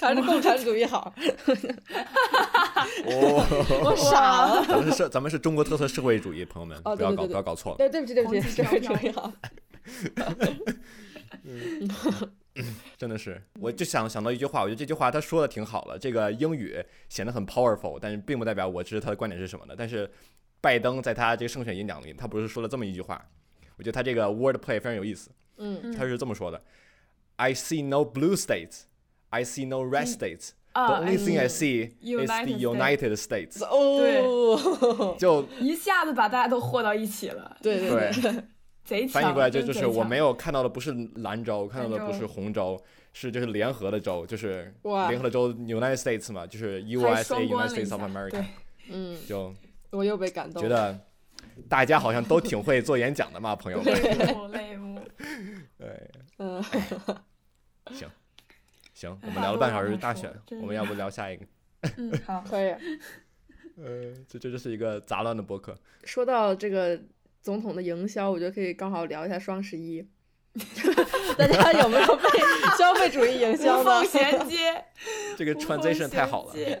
Speaker 3: 还是共产主义好？
Speaker 2: 哦，
Speaker 3: 我傻啊 了。
Speaker 2: 咱们是咱们是中国特色社会主义，朋友们
Speaker 3: 哦
Speaker 2: 不要
Speaker 3: 对对
Speaker 2: 搞
Speaker 3: 对
Speaker 2: 不
Speaker 3: 对
Speaker 2: 要搞错了。
Speaker 3: 对，对不起，对不起，
Speaker 4: 黄旗
Speaker 3: 这个
Speaker 4: 飘
Speaker 3: 重
Speaker 4: 飘
Speaker 3: 要。
Speaker 2: 真的是，我就想想到一句话，我觉得这句话他说的挺好了。这个英语显得很 powerful，但是并不代表我知道他的观点是什么的。但是拜登在他这个胜选演讲里，他不是说了这么一句话？我觉得他这个 word play 非常有意思，
Speaker 3: 嗯，
Speaker 2: 他是这么说的：I see no blue states, I see no red
Speaker 4: 嗯
Speaker 2: states.
Speaker 4: 啊
Speaker 2: The only thing I
Speaker 4: I
Speaker 2: see is the
Speaker 4: United
Speaker 2: United States.
Speaker 3: 哦，
Speaker 2: 就
Speaker 4: 一下子把大家都和到一起了，
Speaker 3: 对对
Speaker 2: 对，
Speaker 4: 贼强。
Speaker 2: 翻译过来这
Speaker 4: 真
Speaker 2: 就是
Speaker 4: 贼
Speaker 2: 我
Speaker 4: 强
Speaker 2: 没有看到的不是蓝州，我看到的
Speaker 4: 蓝
Speaker 2: 不
Speaker 4: 州
Speaker 2: 是红州，是就是联合的州，就是
Speaker 3: 哇
Speaker 2: 联合的州 United States 嘛，就是
Speaker 4: 还
Speaker 2: USA
Speaker 4: 双
Speaker 2: United
Speaker 4: 关了一
Speaker 2: States of
Speaker 4: 下
Speaker 2: America，
Speaker 4: 对
Speaker 3: 嗯，
Speaker 2: 就
Speaker 3: 我又被感动
Speaker 2: 觉
Speaker 3: 了。
Speaker 2: 得大家好像都挺会做演讲的嘛，朋友们。
Speaker 4: 泪目泪目。
Speaker 2: 对，
Speaker 3: 嗯，
Speaker 2: 行，我
Speaker 4: 哎
Speaker 2: 们聊了
Speaker 4: 好
Speaker 2: 半
Speaker 4: 多
Speaker 2: 小时
Speaker 4: 话
Speaker 2: 大
Speaker 4: 说
Speaker 2: 选，
Speaker 4: 真
Speaker 2: 我们
Speaker 4: 是
Speaker 2: 要不聊下一个？
Speaker 4: 嗯，好。
Speaker 3: 可以。
Speaker 2: 呃，这这就是一个杂乱的博客。
Speaker 3: 说到这个总统的营销，我觉得可以刚好聊一下双十一。 大家有没有被消费主义营销
Speaker 4: 无
Speaker 3: 呢
Speaker 4: 缝？衔接，
Speaker 2: 这个
Speaker 4: 无缝
Speaker 2: transition 太好了
Speaker 4: 衔，接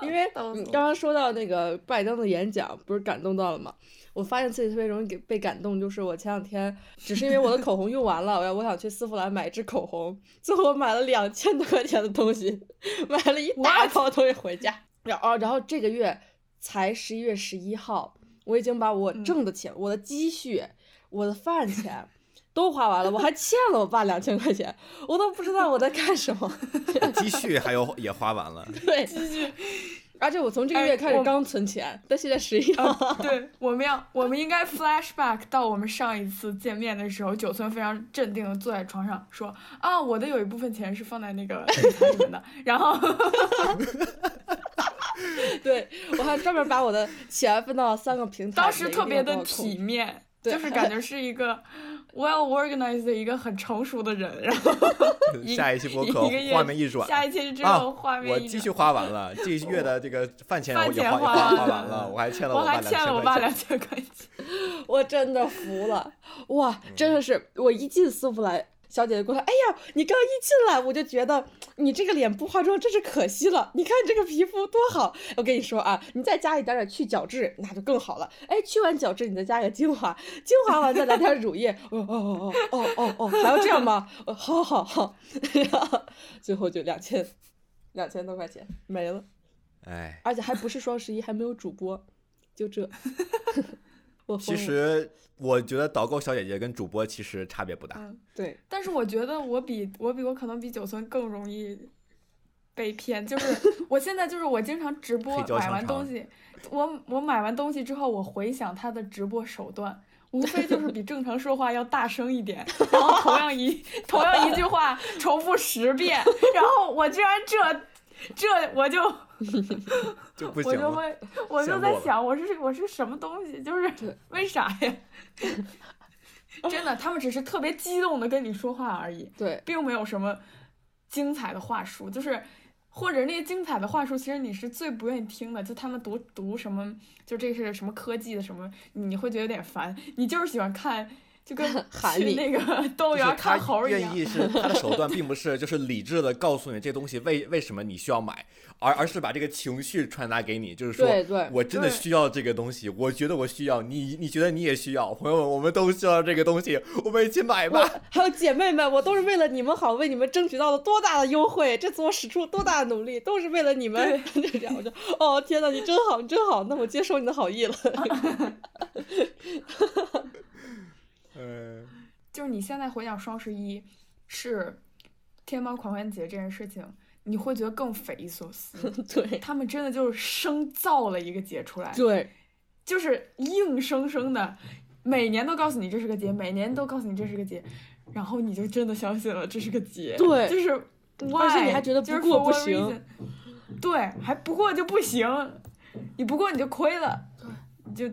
Speaker 3: 因 为
Speaker 4: 逗死
Speaker 3: 你
Speaker 4: 我
Speaker 3: 刚刚说到那个拜登的演讲，不是感动到了吗？我发现自己特别容易给被感动，就是我前两天只是因为我的口红用完了，我要我想去丝芙兰买一支口红，最后我买了两千多块钱的东西，买了一大
Speaker 4: What？
Speaker 3: 包东西回家。然后，然后这个月才十一月十一号，我已经把我
Speaker 4: 嗯
Speaker 3: 挣的钱、我的积蓄、我的饭钱都花完了，我还欠了我爸两千块钱，我都不知道我在干什么。
Speaker 2: 积蓄还有也花完了，
Speaker 3: 对，而且我从这个
Speaker 4: 哎
Speaker 3: 月开始
Speaker 4: 我
Speaker 3: 刚存钱，但现在十一号。
Speaker 4: 对，我们要，我们应该 flashback 到我们上一次见面的时候，九村非常镇定的坐在床上说：“啊，我的有一部分钱是放在那个 理财里面的。”然 后
Speaker 3: 对我还专门把我的钱分到三个平台，
Speaker 4: 当时
Speaker 3: 每个
Speaker 4: 特
Speaker 3: 地
Speaker 4: 别
Speaker 3: 方
Speaker 4: 的
Speaker 3: 都有空
Speaker 4: 体面，
Speaker 3: 对
Speaker 4: 就是感觉是一个 well organized 的一个很成熟的人。然后 一
Speaker 2: 下一期博
Speaker 4: 一
Speaker 2: 客
Speaker 4: 个月
Speaker 2: 画面一转，
Speaker 4: 下一期之
Speaker 2: 啊
Speaker 4: 后画面
Speaker 2: 我
Speaker 4: 一
Speaker 2: 积
Speaker 4: 转
Speaker 2: 蓄花完了，这一月的这个饭钱
Speaker 4: 饭
Speaker 2: 我也
Speaker 4: 钱
Speaker 2: 花也
Speaker 4: 花
Speaker 2: 花
Speaker 4: 完
Speaker 2: 花完
Speaker 4: 了
Speaker 2: 了，我还欠了
Speaker 4: 我
Speaker 2: 爸
Speaker 4: 还欠了我爸
Speaker 2: 两
Speaker 4: 两千块钱。
Speaker 3: 我真的服了， 嗯哇，真的是我一进丝芙兰。小姐姐过来，哎呀，你刚一进来我就觉得你这个脸不化妆真是可惜了。你看你这个皮肤多好，我跟你说啊，你再加一点点去角质，那就更好了。哎，去完角质你再加个精华，精华完再来点乳液。哦哦哦哦哦哦，还要这样吗？哦，好好好， 然后最后就两千，两千多块钱没了。
Speaker 2: 千。哎，
Speaker 3: 而且还不是双十一，还没有主播，就这。 我
Speaker 2: 其
Speaker 3: 疯了
Speaker 2: 实我觉得导购小姐姐跟主播其实差别不大。
Speaker 4: 嗯，
Speaker 3: 对，
Speaker 4: 但是我觉得我比我比我可能比九村更容易被骗，就是 我现在就是我经常直播
Speaker 2: 黑胶
Speaker 4: 买
Speaker 2: 香
Speaker 4: 完
Speaker 2: 肠
Speaker 4: 东西，我我买完东西之后，我回想他的直播手段。无非就是比正常说话要大声一点，然后同样一 同样一句话重复十 遍，然后我居然这这我就
Speaker 2: 就不
Speaker 4: 我
Speaker 2: 行
Speaker 4: 就
Speaker 2: 了。
Speaker 4: 会我
Speaker 2: 羡
Speaker 4: 就
Speaker 2: 慕
Speaker 4: 在
Speaker 2: 了
Speaker 4: 想我是我是什么东西，就是
Speaker 3: 对
Speaker 4: 为啥呀？ 真的，他们只是特别激动的跟你说话而已，
Speaker 3: 对，
Speaker 4: 并没有什么精彩的话术，就是或者那些精彩的话术，其实你是最不愿意听的。就他们读读什么，就这是什么科技的什么，你会觉得有点烦。你就是喜欢看，就跟
Speaker 3: 喊
Speaker 4: 去
Speaker 3: 你
Speaker 4: 那个动物
Speaker 2: 就
Speaker 4: 园
Speaker 2: 是
Speaker 4: 看猴
Speaker 2: 他
Speaker 4: 儿一
Speaker 2: 愿
Speaker 4: 样。
Speaker 2: 意是他的手段，并不是就是理智的告诉你这东西为为什么你需要买，而而是把这个情绪传达给你，就是说
Speaker 3: 对对
Speaker 2: 我真的
Speaker 4: 对
Speaker 2: 需要这个东西，我觉得我需要，你你觉得你也需要，朋友们，我们都需要这个东西，我们一起买吧。
Speaker 3: 还有姐妹们，我都是为了你们好，为你们争取到了多大的优惠，这次我使出了多大的努力，都是为了你们。就 这样，我就哦天呐，你真好，你真好，那我接受你的好意了。
Speaker 2: 嗯，
Speaker 4: 就是你现在回想双十一是天猫狂欢节这件事情，你会觉得更匪夷 所思。
Speaker 3: 对
Speaker 4: 他们真的就是生造了一个节出来，
Speaker 3: 对
Speaker 4: 就是硬生生的，每年都告诉你这是个节，每年都告诉你这是个节，然后你就真的相信了这是个节。
Speaker 3: 对
Speaker 4: 就是 why，
Speaker 3: 而且你还觉得
Speaker 4: 就是
Speaker 3: 不过
Speaker 4: for
Speaker 3: 不
Speaker 4: what
Speaker 3: 行
Speaker 4: reason 对，还不过就不行，你不过你就亏了，你就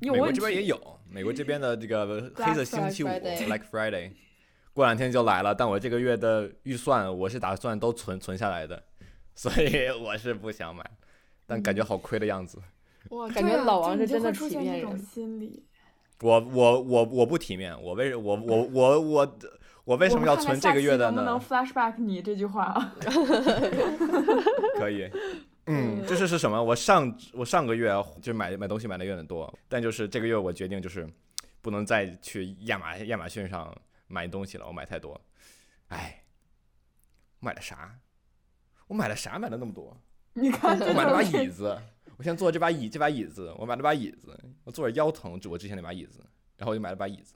Speaker 4: 有
Speaker 2: 美国
Speaker 4: 问
Speaker 2: 这边也
Speaker 4: 题。嗯
Speaker 2: 有，美国这边的这个
Speaker 4: Black
Speaker 2: 黑色星期五
Speaker 3: Friday
Speaker 2: Black Friday，过 两天就来了，但我这个月的预算我是打算都存存下来的，所以
Speaker 4: 嗯
Speaker 2: 我是不想买，但感觉好亏的样子。
Speaker 4: 哇，
Speaker 3: 感
Speaker 4: 对
Speaker 3: 觉
Speaker 4: 啊
Speaker 3: 老
Speaker 4: 就
Speaker 3: 王
Speaker 4: 你
Speaker 3: 是
Speaker 4: 就
Speaker 3: 真的
Speaker 4: 会出
Speaker 3: 体
Speaker 4: 现
Speaker 3: 面
Speaker 4: 这种
Speaker 3: 人
Speaker 4: 心理。
Speaker 2: 我我我我不体面，我为我我我我我为什么要存这个月的
Speaker 4: 我们
Speaker 2: 呢
Speaker 4: 看看？下期能不能 flashback 你这句话啊？
Speaker 2: 可 以，嗯，就是是什么？我上我上个月就买买东西买的有点多，但就是这个月我决定就是不能再去亚马亚马逊上买东西了，我买太多。哎，买了啥？我买了啥？买了那么多？
Speaker 4: 你看，这
Speaker 2: 我买了把
Speaker 4: 就是
Speaker 2: 椅子，我先坐这把椅这把椅子，我买了把椅子，我坐着腰疼，就我之前那把椅子，然后我就买了把椅子。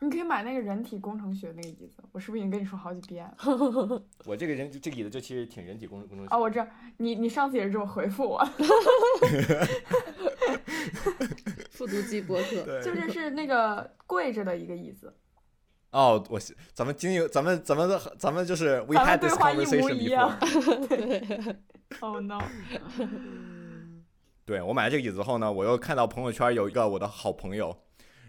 Speaker 4: 你可以买那个人体工程学那个椅子，我是不是已经跟你说好几遍了？
Speaker 2: 我这个人这个椅子就其实挺人体工工程学
Speaker 4: 哦，我知道，你你上次也是这么回复我，
Speaker 3: 复读机播客，
Speaker 2: 对
Speaker 4: 哦就是是那个跪着的一个椅子，
Speaker 2: 哦，我是咱们经营，咱们咱们咱们就是 we
Speaker 4: 咱
Speaker 2: had
Speaker 4: 们对
Speaker 2: this
Speaker 4: 话一模
Speaker 2: conversation
Speaker 4: 一样
Speaker 2: before。。
Speaker 4: Oh no！
Speaker 2: 对我买了这个椅子后呢，我又看到朋友圈有一个我的好朋友，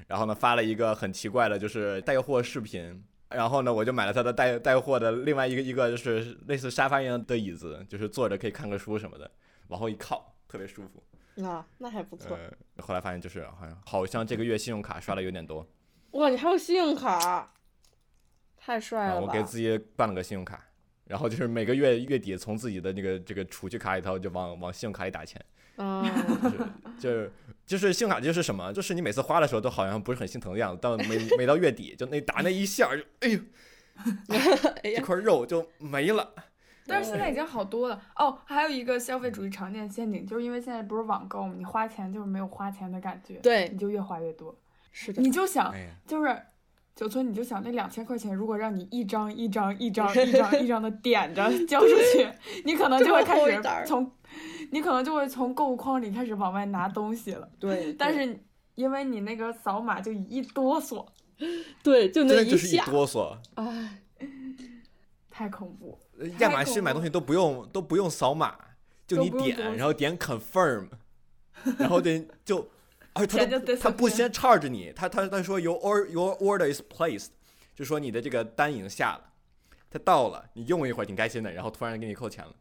Speaker 2: 然后呢发了一个很奇怪的，就是带货视频。然后呢，我就买了他的带带货的另外一个一个就是类似沙发一样的椅子，就是坐着可以看个书什么的，往后一靠，特别舒服。
Speaker 3: 啊，那还不错。
Speaker 2: 呃，后来发现就是好像好像这个月信用卡刷的有点多，
Speaker 3: 哇，你还有信用卡，太帅
Speaker 2: 啊，
Speaker 3: 了
Speaker 2: 我
Speaker 3: 吧！
Speaker 2: 给自己办了个信用卡，然后就是每个月月底从自己的那个这个储蓄卡里头就往往信用卡里打钱，
Speaker 3: 啊，
Speaker 2: 就是就是就是信用卡就是什么，就是你每次花的时候都好像不是很心疼的样子，但每每到月底就那打那一下儿就哎 呦，
Speaker 3: 哎
Speaker 2: 这
Speaker 3: 呀，
Speaker 2: 块肉就没了。
Speaker 4: 但是现在已经好多了哦。还有一个消费主义常见陷阱，就是因为现在不是网购嘛，你花钱就是没有花钱的感觉，
Speaker 3: 对
Speaker 4: 你，就越花越多。
Speaker 3: 是的，
Speaker 4: 你就想，
Speaker 2: 哎呀，
Speaker 4: 就是九村，你就想那两千块钱，如果让你一张一张一张一张一张的点着 交出去，你可能就会开
Speaker 3: 这么厚一沓儿
Speaker 4: 始从，你可能就会从购物筐里开始往外拿东西了。
Speaker 3: 对，
Speaker 4: 但
Speaker 3: 对
Speaker 4: 是因为你那个扫码就一哆嗦，
Speaker 3: 对，就
Speaker 2: 真
Speaker 3: 那
Speaker 2: 的就是一
Speaker 3: 下，
Speaker 2: 哆嗦。
Speaker 3: 哎，
Speaker 4: 太恐怖。
Speaker 2: 呃
Speaker 4: 太
Speaker 2: 亚马逊
Speaker 4: 恐
Speaker 2: 买
Speaker 4: 怖
Speaker 2: 东西都不用都不用扫码，就
Speaker 4: 都
Speaker 2: 你
Speaker 4: 不用多
Speaker 2: 点，然后点 confirm，然后得 就，而且他
Speaker 4: 钱
Speaker 2: 都
Speaker 4: 就
Speaker 2: 不他不
Speaker 4: disappear
Speaker 2: 先 charge 你，他他他说 your or your order is placed，就说你的这个单已经下了，他到了，你用一会儿挺开心的，然后突然给你扣钱了，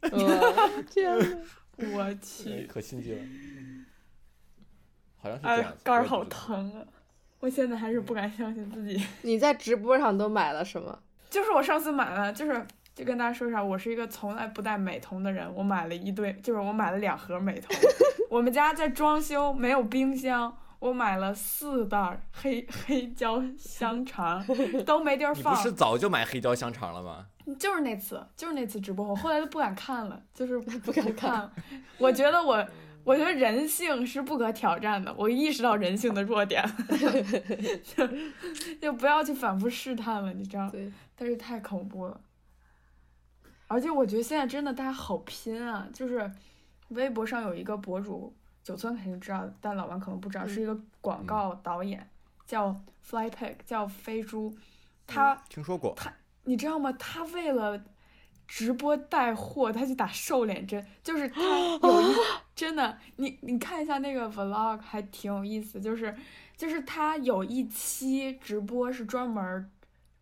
Speaker 3: 呃 天呐。
Speaker 4: 我
Speaker 2: 哎
Speaker 4: 去，
Speaker 2: 可心机了。好像是这
Speaker 4: 哎
Speaker 2: 样，子，
Speaker 4: 肝
Speaker 2: 我
Speaker 4: 儿
Speaker 2: 也不嗯
Speaker 4: 好
Speaker 2: 知道。
Speaker 4: 疼啊！我现在还是不敢相信自己。
Speaker 3: 你在直播上都买了什么？
Speaker 4: 就是我上次买了，就是就跟大家说一下，我是一个从来不带美瞳的人。我买了一对，就是我买了两盒美瞳。 我们家在装修，没有冰箱，我买了四袋儿黑黑椒 香肠，都没地儿
Speaker 2: 你不
Speaker 4: 放。
Speaker 2: 是早就买黑椒香肠了吗？
Speaker 4: 就是那次，就是那次直播，我后来都不敢看了，就 是不
Speaker 3: 敢看
Speaker 4: 看了。我觉得我，我觉得人性是不可挑战的，我意识到人性的弱点， 就就不要去反复试探了，你知道吗？
Speaker 3: 对，
Speaker 4: 但是太恐怖了。而且我觉得现在真的大家好拼啊！就是微博上有一个博主，九村肯定知道，但老王可能不知道，
Speaker 3: 嗯
Speaker 4: 是一个广告导演，叫 Fly Pig，叫飞猪。
Speaker 3: 嗯
Speaker 4: 他、
Speaker 2: 听说过，
Speaker 4: 你知道吗？他为了直播带货，他去打瘦脸针，就 是他有一真的，你你看一下那个 vlog 还挺有意思，就是就是他有一期直播是专门儿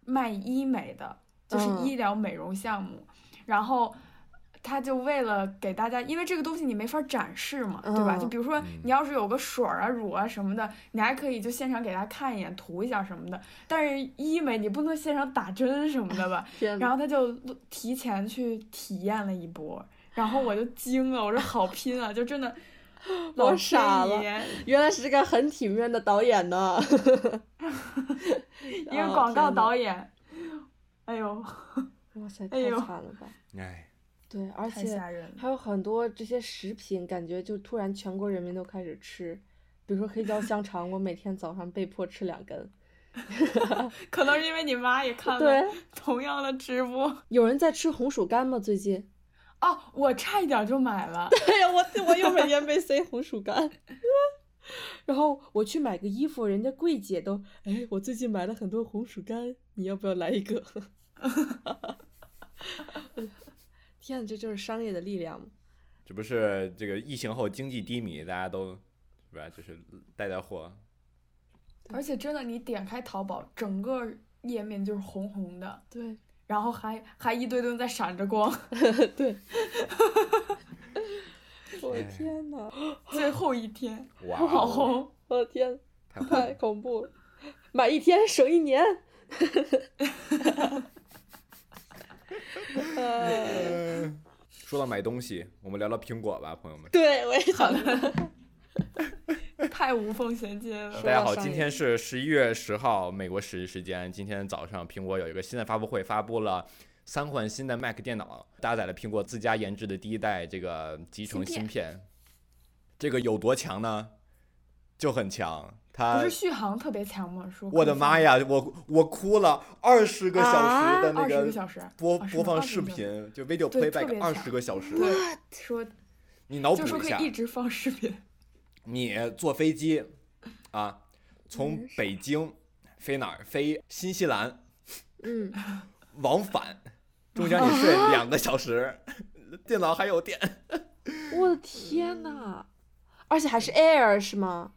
Speaker 4: 卖医美的，就是
Speaker 3: 嗯
Speaker 4: 医疗美容项目，然后他就为了给大家，因为这个东西你没法展示嘛，对吧？
Speaker 3: 嗯
Speaker 4: 就比如说
Speaker 2: 嗯
Speaker 4: 你要是有个水儿啊、乳啊什么的，你还可以就现场给大家看一眼、涂一下什么的。但是医美你不能现场打针什么 的吧？
Speaker 3: 天，
Speaker 4: 然后他就录提前去体验了一波，然后我就惊了，我说好拼啊，就真的
Speaker 3: 我傻了
Speaker 4: 老 天爷
Speaker 3: 原来是个很体面的导演 呢，哦
Speaker 4: 一个广告导
Speaker 3: 演，
Speaker 4: 演，哎呦，
Speaker 3: 哦哇塞，
Speaker 4: 哎
Speaker 3: 太
Speaker 4: 呦
Speaker 3: 惨了吧？
Speaker 2: 哎，
Speaker 3: 对，而
Speaker 4: 太
Speaker 3: 且
Speaker 4: 吓人了。
Speaker 3: 还有很多这些食品，感觉就突然全国人民都开始吃，比如说黑椒香肠，我每天早上被迫吃两 根。
Speaker 4: 可能是因为你妈也看
Speaker 3: 对
Speaker 4: 了，同样的直播
Speaker 3: 有人在吃红薯干吗？最近？
Speaker 4: 哦，我差一点就 买了。
Speaker 3: 哎呀，我我又每天被塞红薯干。 然后我去买个衣服，人家柜姐都，哎，我最近买了很多红薯干，你要不要来一个？ 天呐，这就是商业的力量嘛。
Speaker 2: 这不是这个疫情后经济低迷，大家都是吧，就是带带货，
Speaker 4: 而且真的，你点开淘宝，整个页面就是红红的，
Speaker 3: 对
Speaker 4: 然后还还一堆东西在闪 着光。
Speaker 3: 对，我的
Speaker 2: 哎
Speaker 3: 天呐，
Speaker 4: 最后一天，
Speaker 2: 哇
Speaker 4: 好
Speaker 2: 哦，
Speaker 4: 红，
Speaker 3: 我的天，
Speaker 2: 太火
Speaker 3: 太
Speaker 2: 了，
Speaker 3: 恐怖了，买一天省一年。 呃
Speaker 2: 说到买东西，我们聊聊苹果吧，朋友们。
Speaker 3: 对，我也想
Speaker 4: 太无缝衔接 了。
Speaker 2: 呃大家好，
Speaker 3: 商业
Speaker 2: 今天是十一月十号，美国十一时间。今天早上，苹果有一个新的发布会，发布了三款新的 Mac 电脑，搭载了苹果自家研制的第一代这个集成芯
Speaker 1: 芯
Speaker 2: 片。这个有多强呢？就很强，它
Speaker 4: 不是续航特别强吗？说
Speaker 2: 啊我的妈，呀，我我哭了二十个小时的那
Speaker 4: 二十个
Speaker 2: 个
Speaker 4: 小时，
Speaker 2: 播、
Speaker 4: 啊是
Speaker 2: 播
Speaker 4: 吗
Speaker 2: 放
Speaker 4: 20
Speaker 2: 视
Speaker 4: 个小时
Speaker 2: 频，就 video
Speaker 4: 对特别
Speaker 2: playback 二十
Speaker 4: 强
Speaker 2: 个小时，
Speaker 4: 对，说
Speaker 2: 你脑补
Speaker 4: 就说
Speaker 2: 一
Speaker 4: 可
Speaker 2: 下，
Speaker 4: 以一直放视频，
Speaker 2: 你坐飞机啊，从北京飞哪儿？飞新西兰。
Speaker 3: 嗯，
Speaker 2: 往返，中间 你睡两个小时，电脑还有电。
Speaker 3: 我的天呐，而且还是 Air 是吗？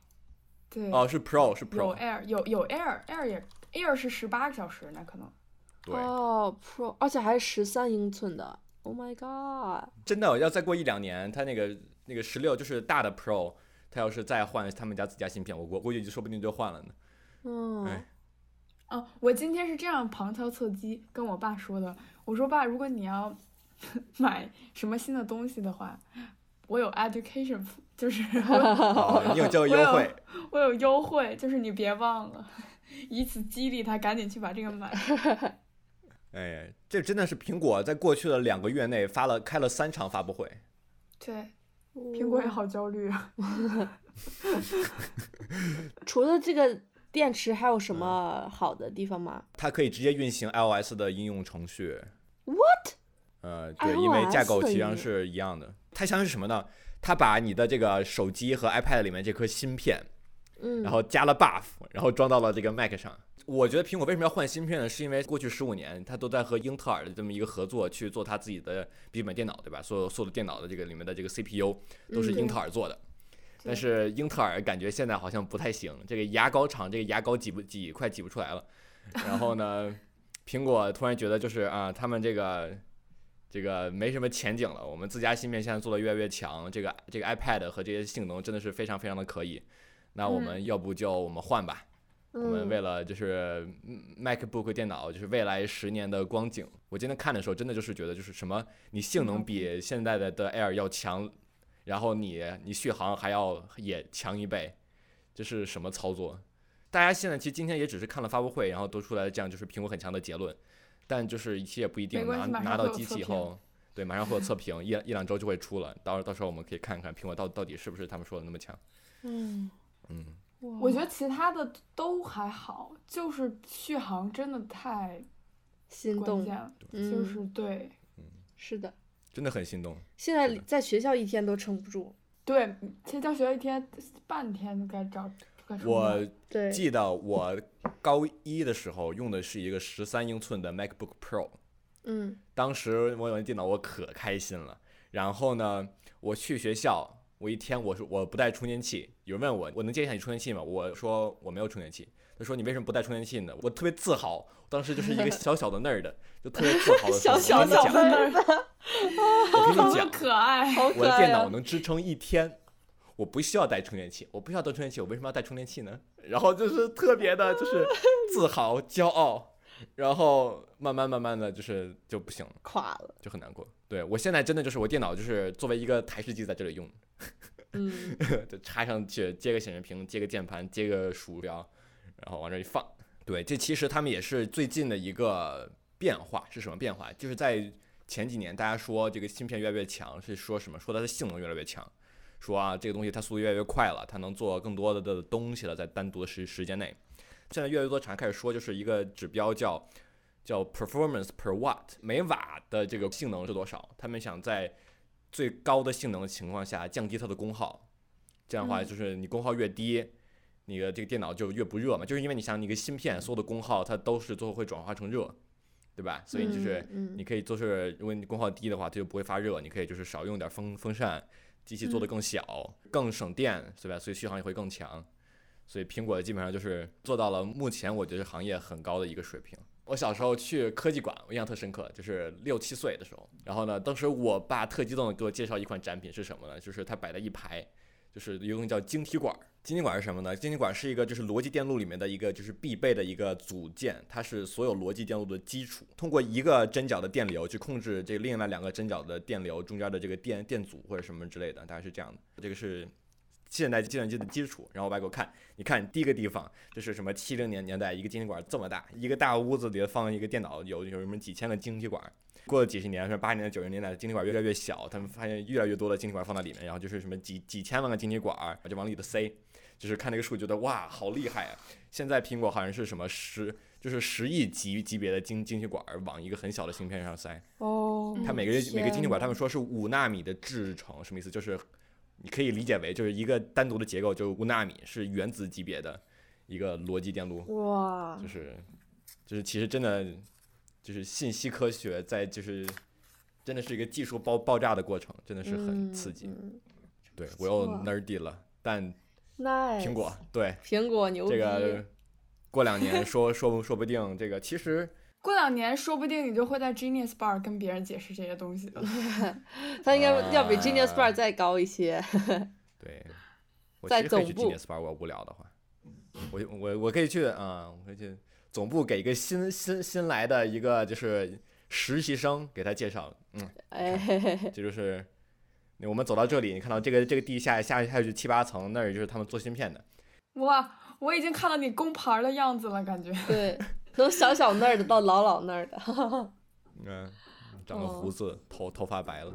Speaker 4: 对，
Speaker 2: 哦，是 Pro 是
Speaker 4: 有
Speaker 2: Pro，
Speaker 4: Air 有有 Air，Air 也 Air 是十八个小时呢，可能
Speaker 2: 对，
Speaker 3: 哦，Pro，而且还是十三英寸的。Oh my god！
Speaker 2: 真的要再过一两年，它那个那个十六就是大的 Pro，它要是再换他们家自家芯片，我我估计就说不定就换 了呢。
Speaker 3: 嗯
Speaker 2: 哎，
Speaker 4: 啊，我今天是这样旁敲侧击跟我爸说的，我说爸，如果你要 买什么新的东西的话，我有 education，就是 我有
Speaker 2: 哦，你有教育优惠，
Speaker 4: 我有优惠，就是你别忘了，以此激励他赶紧去把这个买。
Speaker 2: 哎，这真的是苹果在过去的两个月内发了开了三场发布会，
Speaker 4: 对，
Speaker 3: 哦
Speaker 4: 苹果也好焦虑啊。
Speaker 3: 除了这个电池，还
Speaker 2: 嗯
Speaker 3: 有什么好的地方吗？
Speaker 2: 它可以直接运行 iOS 的应用程序。
Speaker 3: What？
Speaker 2: 呃，对，因为架
Speaker 3: iOS
Speaker 2: 构
Speaker 3: 的
Speaker 2: 其实
Speaker 3: 应
Speaker 2: 上
Speaker 3: 用
Speaker 2: 是一样的。它相当于是什么呢？它把你的这个手机和 iPad 里面这颗芯片，
Speaker 3: 嗯，
Speaker 2: 然后加了 buff，然后装到了这个 Mac 上。我觉得苹果为什么要换芯片呢？是因为过去十五年，它都在和英特尔的这么一个合作去做它自己的笔记本电脑，对吧？所有所有的电脑的这个里面的这个 CPU 都是
Speaker 3: 嗯
Speaker 2: 英特尔做的。但是英特尔感觉现在好像不太行，这个牙膏厂这个牙膏挤不挤快挤不出来了。然后呢，苹果突然觉得就是啊，他们这个这个没什么前景了。我们自家芯片现在做的越来越强，这个这个 iPad 和这些性能真的是非常非常的可以。那我们要不就我们换吧。
Speaker 3: 嗯
Speaker 2: 我们为了就是嗯 MacBook 电脑，就是未来十年的光景。我今天看的时候，真的就是觉得就是什么，你性能比现在的的 Air 要强，然后你你续航还要也强一倍，这是什么操作？大家现在其实今天也只是看了发布会，然后得出来这样就是苹果很强的结论，但就是其实也不一定
Speaker 4: 没关
Speaker 2: 拿
Speaker 4: 系马上
Speaker 2: 拿到
Speaker 4: 会有
Speaker 2: 机器
Speaker 4: 测
Speaker 2: 以
Speaker 4: 评
Speaker 2: 后，对，马上会有测评，一一两周就会出了，到到时候我们可以看看苹果到到底是不是他们说的那么强。
Speaker 3: 嗯，
Speaker 2: 嗯，
Speaker 4: 我觉得其他的都还好，就是续航真的太
Speaker 3: 心
Speaker 4: 关
Speaker 3: 动，
Speaker 4: 键了，
Speaker 3: 嗯
Speaker 4: 就是对
Speaker 3: 是的。
Speaker 2: 真的很心动。
Speaker 3: 现在
Speaker 2: 是的
Speaker 3: 在学校一天都撑不住。
Speaker 4: 对，其实教学一天半天就该找该充
Speaker 2: 我
Speaker 4: 电
Speaker 3: 对
Speaker 2: 记得我高一的时候用的是一个十三英寸的 MacBook Pro，
Speaker 3: 嗯
Speaker 2: 当时我有那电脑，我可开心了。然后呢，我去学校，我一天我说我不带充电器，有人问我我能借一下你充电器吗？我说我没有充电器。他说你为什么不带充电器呢？我特别自豪，当时就是一个小小的那儿的，就特别自豪的
Speaker 3: 小小
Speaker 2: 我跟你
Speaker 3: 的
Speaker 2: 讲
Speaker 3: 那
Speaker 4: 儿的，
Speaker 2: 我跟你
Speaker 4: 好
Speaker 2: 讲，
Speaker 4: 可爱。
Speaker 3: 好
Speaker 2: 我
Speaker 3: 可
Speaker 2: 的
Speaker 3: 爱
Speaker 2: 电脑
Speaker 3: 呀！
Speaker 2: 能支撑一天，我不需要带充电器，我不需要带充电器，我为什么要带充电器呢？然后就是特别的，就是自豪、骄傲，然后慢慢慢慢的就是就不行了，
Speaker 3: 垮了，
Speaker 2: 就很难过。对我现在真的就是我电脑就是作为一个台式机在这里用，
Speaker 3: 嗯，
Speaker 2: 就插上去接个显示屏，接个键盘，接个鼠标，然后往这一放。对，这其实他们也是最近的一个变化，是什么变化？就是在前几年大家说这个芯片越来越强，是说什么？说它的性能越来越强，说啊这个东西它速度越来越快了，它能做更多的的东西了，在单独的时时间内。现在越来越多厂家开始说，就是一个指标叫叫 performance per watt，每瓦的这个性能是多少？他们想在最高的性能的情况下降低它的功耗，这样的话
Speaker 4: 嗯
Speaker 2: 就是你功耗越低，你的这个电脑就越不热嘛，就是因为你想你一个芯片所有的功耗它都是最后会转化成热，对吧？所以就是
Speaker 3: 嗯
Speaker 2: 你可以就是如果你功耗低的话，它就不会发热，你可以就是少用点风风扇，机器做的更小、更省电，对吧？所以续航也会更强。所以苹果基本上就是做到了目前我觉得行业很高的一个水平。我小时候去科技馆，我印象特深刻，就是六七岁的时候。然后呢，当时我爸特激动的给我介绍一款展品是什么呢？就是它摆在一排，就是一个东西叫晶体管。晶体管是什么呢？晶体管是一个就是逻辑电路里面的一个就是必备的一个组件，它是所有逻辑电路的基础。通过一个针脚的电流去控制这另外两个针脚的电流中间的这个电电阻或者什么之类的，大概是这样的。这个是现代计算机的基础。然后我爸给我看，你看第一个地方，这是什么？七零年年代一个晶体管这么大，一个大屋子里放一个电脑，有有什么几千个晶体管。过了几十年，是八十年代、九十年代，晶体管越来越小，他们发现越来越多的晶体管放在里面，然后就是什么几几千万个晶体管，就往里头塞，就是看这个数据觉得哇，好厉害啊！现在苹果好像是什么十，就是十亿级级别的晶晶体管往一个很小的芯片上塞，
Speaker 3: 哦，
Speaker 2: 它
Speaker 4: 嗯
Speaker 2: 每个每个晶体管，
Speaker 3: 天
Speaker 2: 他们说是五纳米的制程，什么意思？就是你可以理解为就是一个单独的结构，就五纳米是原子级别的一个逻辑电路，
Speaker 3: 哇
Speaker 2: 就，是就是其实真的就是信息科学在就是真的是一个技术爆爆炸的过程，真的是很刺激。
Speaker 3: 嗯
Speaker 2: 对我又
Speaker 3: 错
Speaker 2: nerdy 了，但
Speaker 3: 嗯
Speaker 2: 苹
Speaker 3: nice
Speaker 2: 果对
Speaker 3: 苹果牛逼，
Speaker 2: 这个过两年说 说说不定这个其实
Speaker 4: 过两年说不定你就会在 Genius Bar 跟别人解释这些东 西的。
Speaker 3: 它应该要比
Speaker 2: 啊
Speaker 3: Genius Bar 再高 一些。
Speaker 2: 对，我
Speaker 3: 在
Speaker 2: 其实可以去
Speaker 3: 总部
Speaker 2: Genius Bar，我无聊的话，我我我可以去啊、我可以去总部给一个新新新来的一个就是实习生给他介绍，嗯，
Speaker 3: 哎，嘿嘿嘿
Speaker 2: 这就是我们走到这里，你看到这个这个地下下下去七八层，那儿就是他们做芯片的，
Speaker 4: 哇，我已经看到你工牌儿的样子了，感觉。
Speaker 3: 对，从小小那儿的到老老那儿的，
Speaker 2: 嗯，长个
Speaker 3: 哦
Speaker 2: 胡子，头头发白了，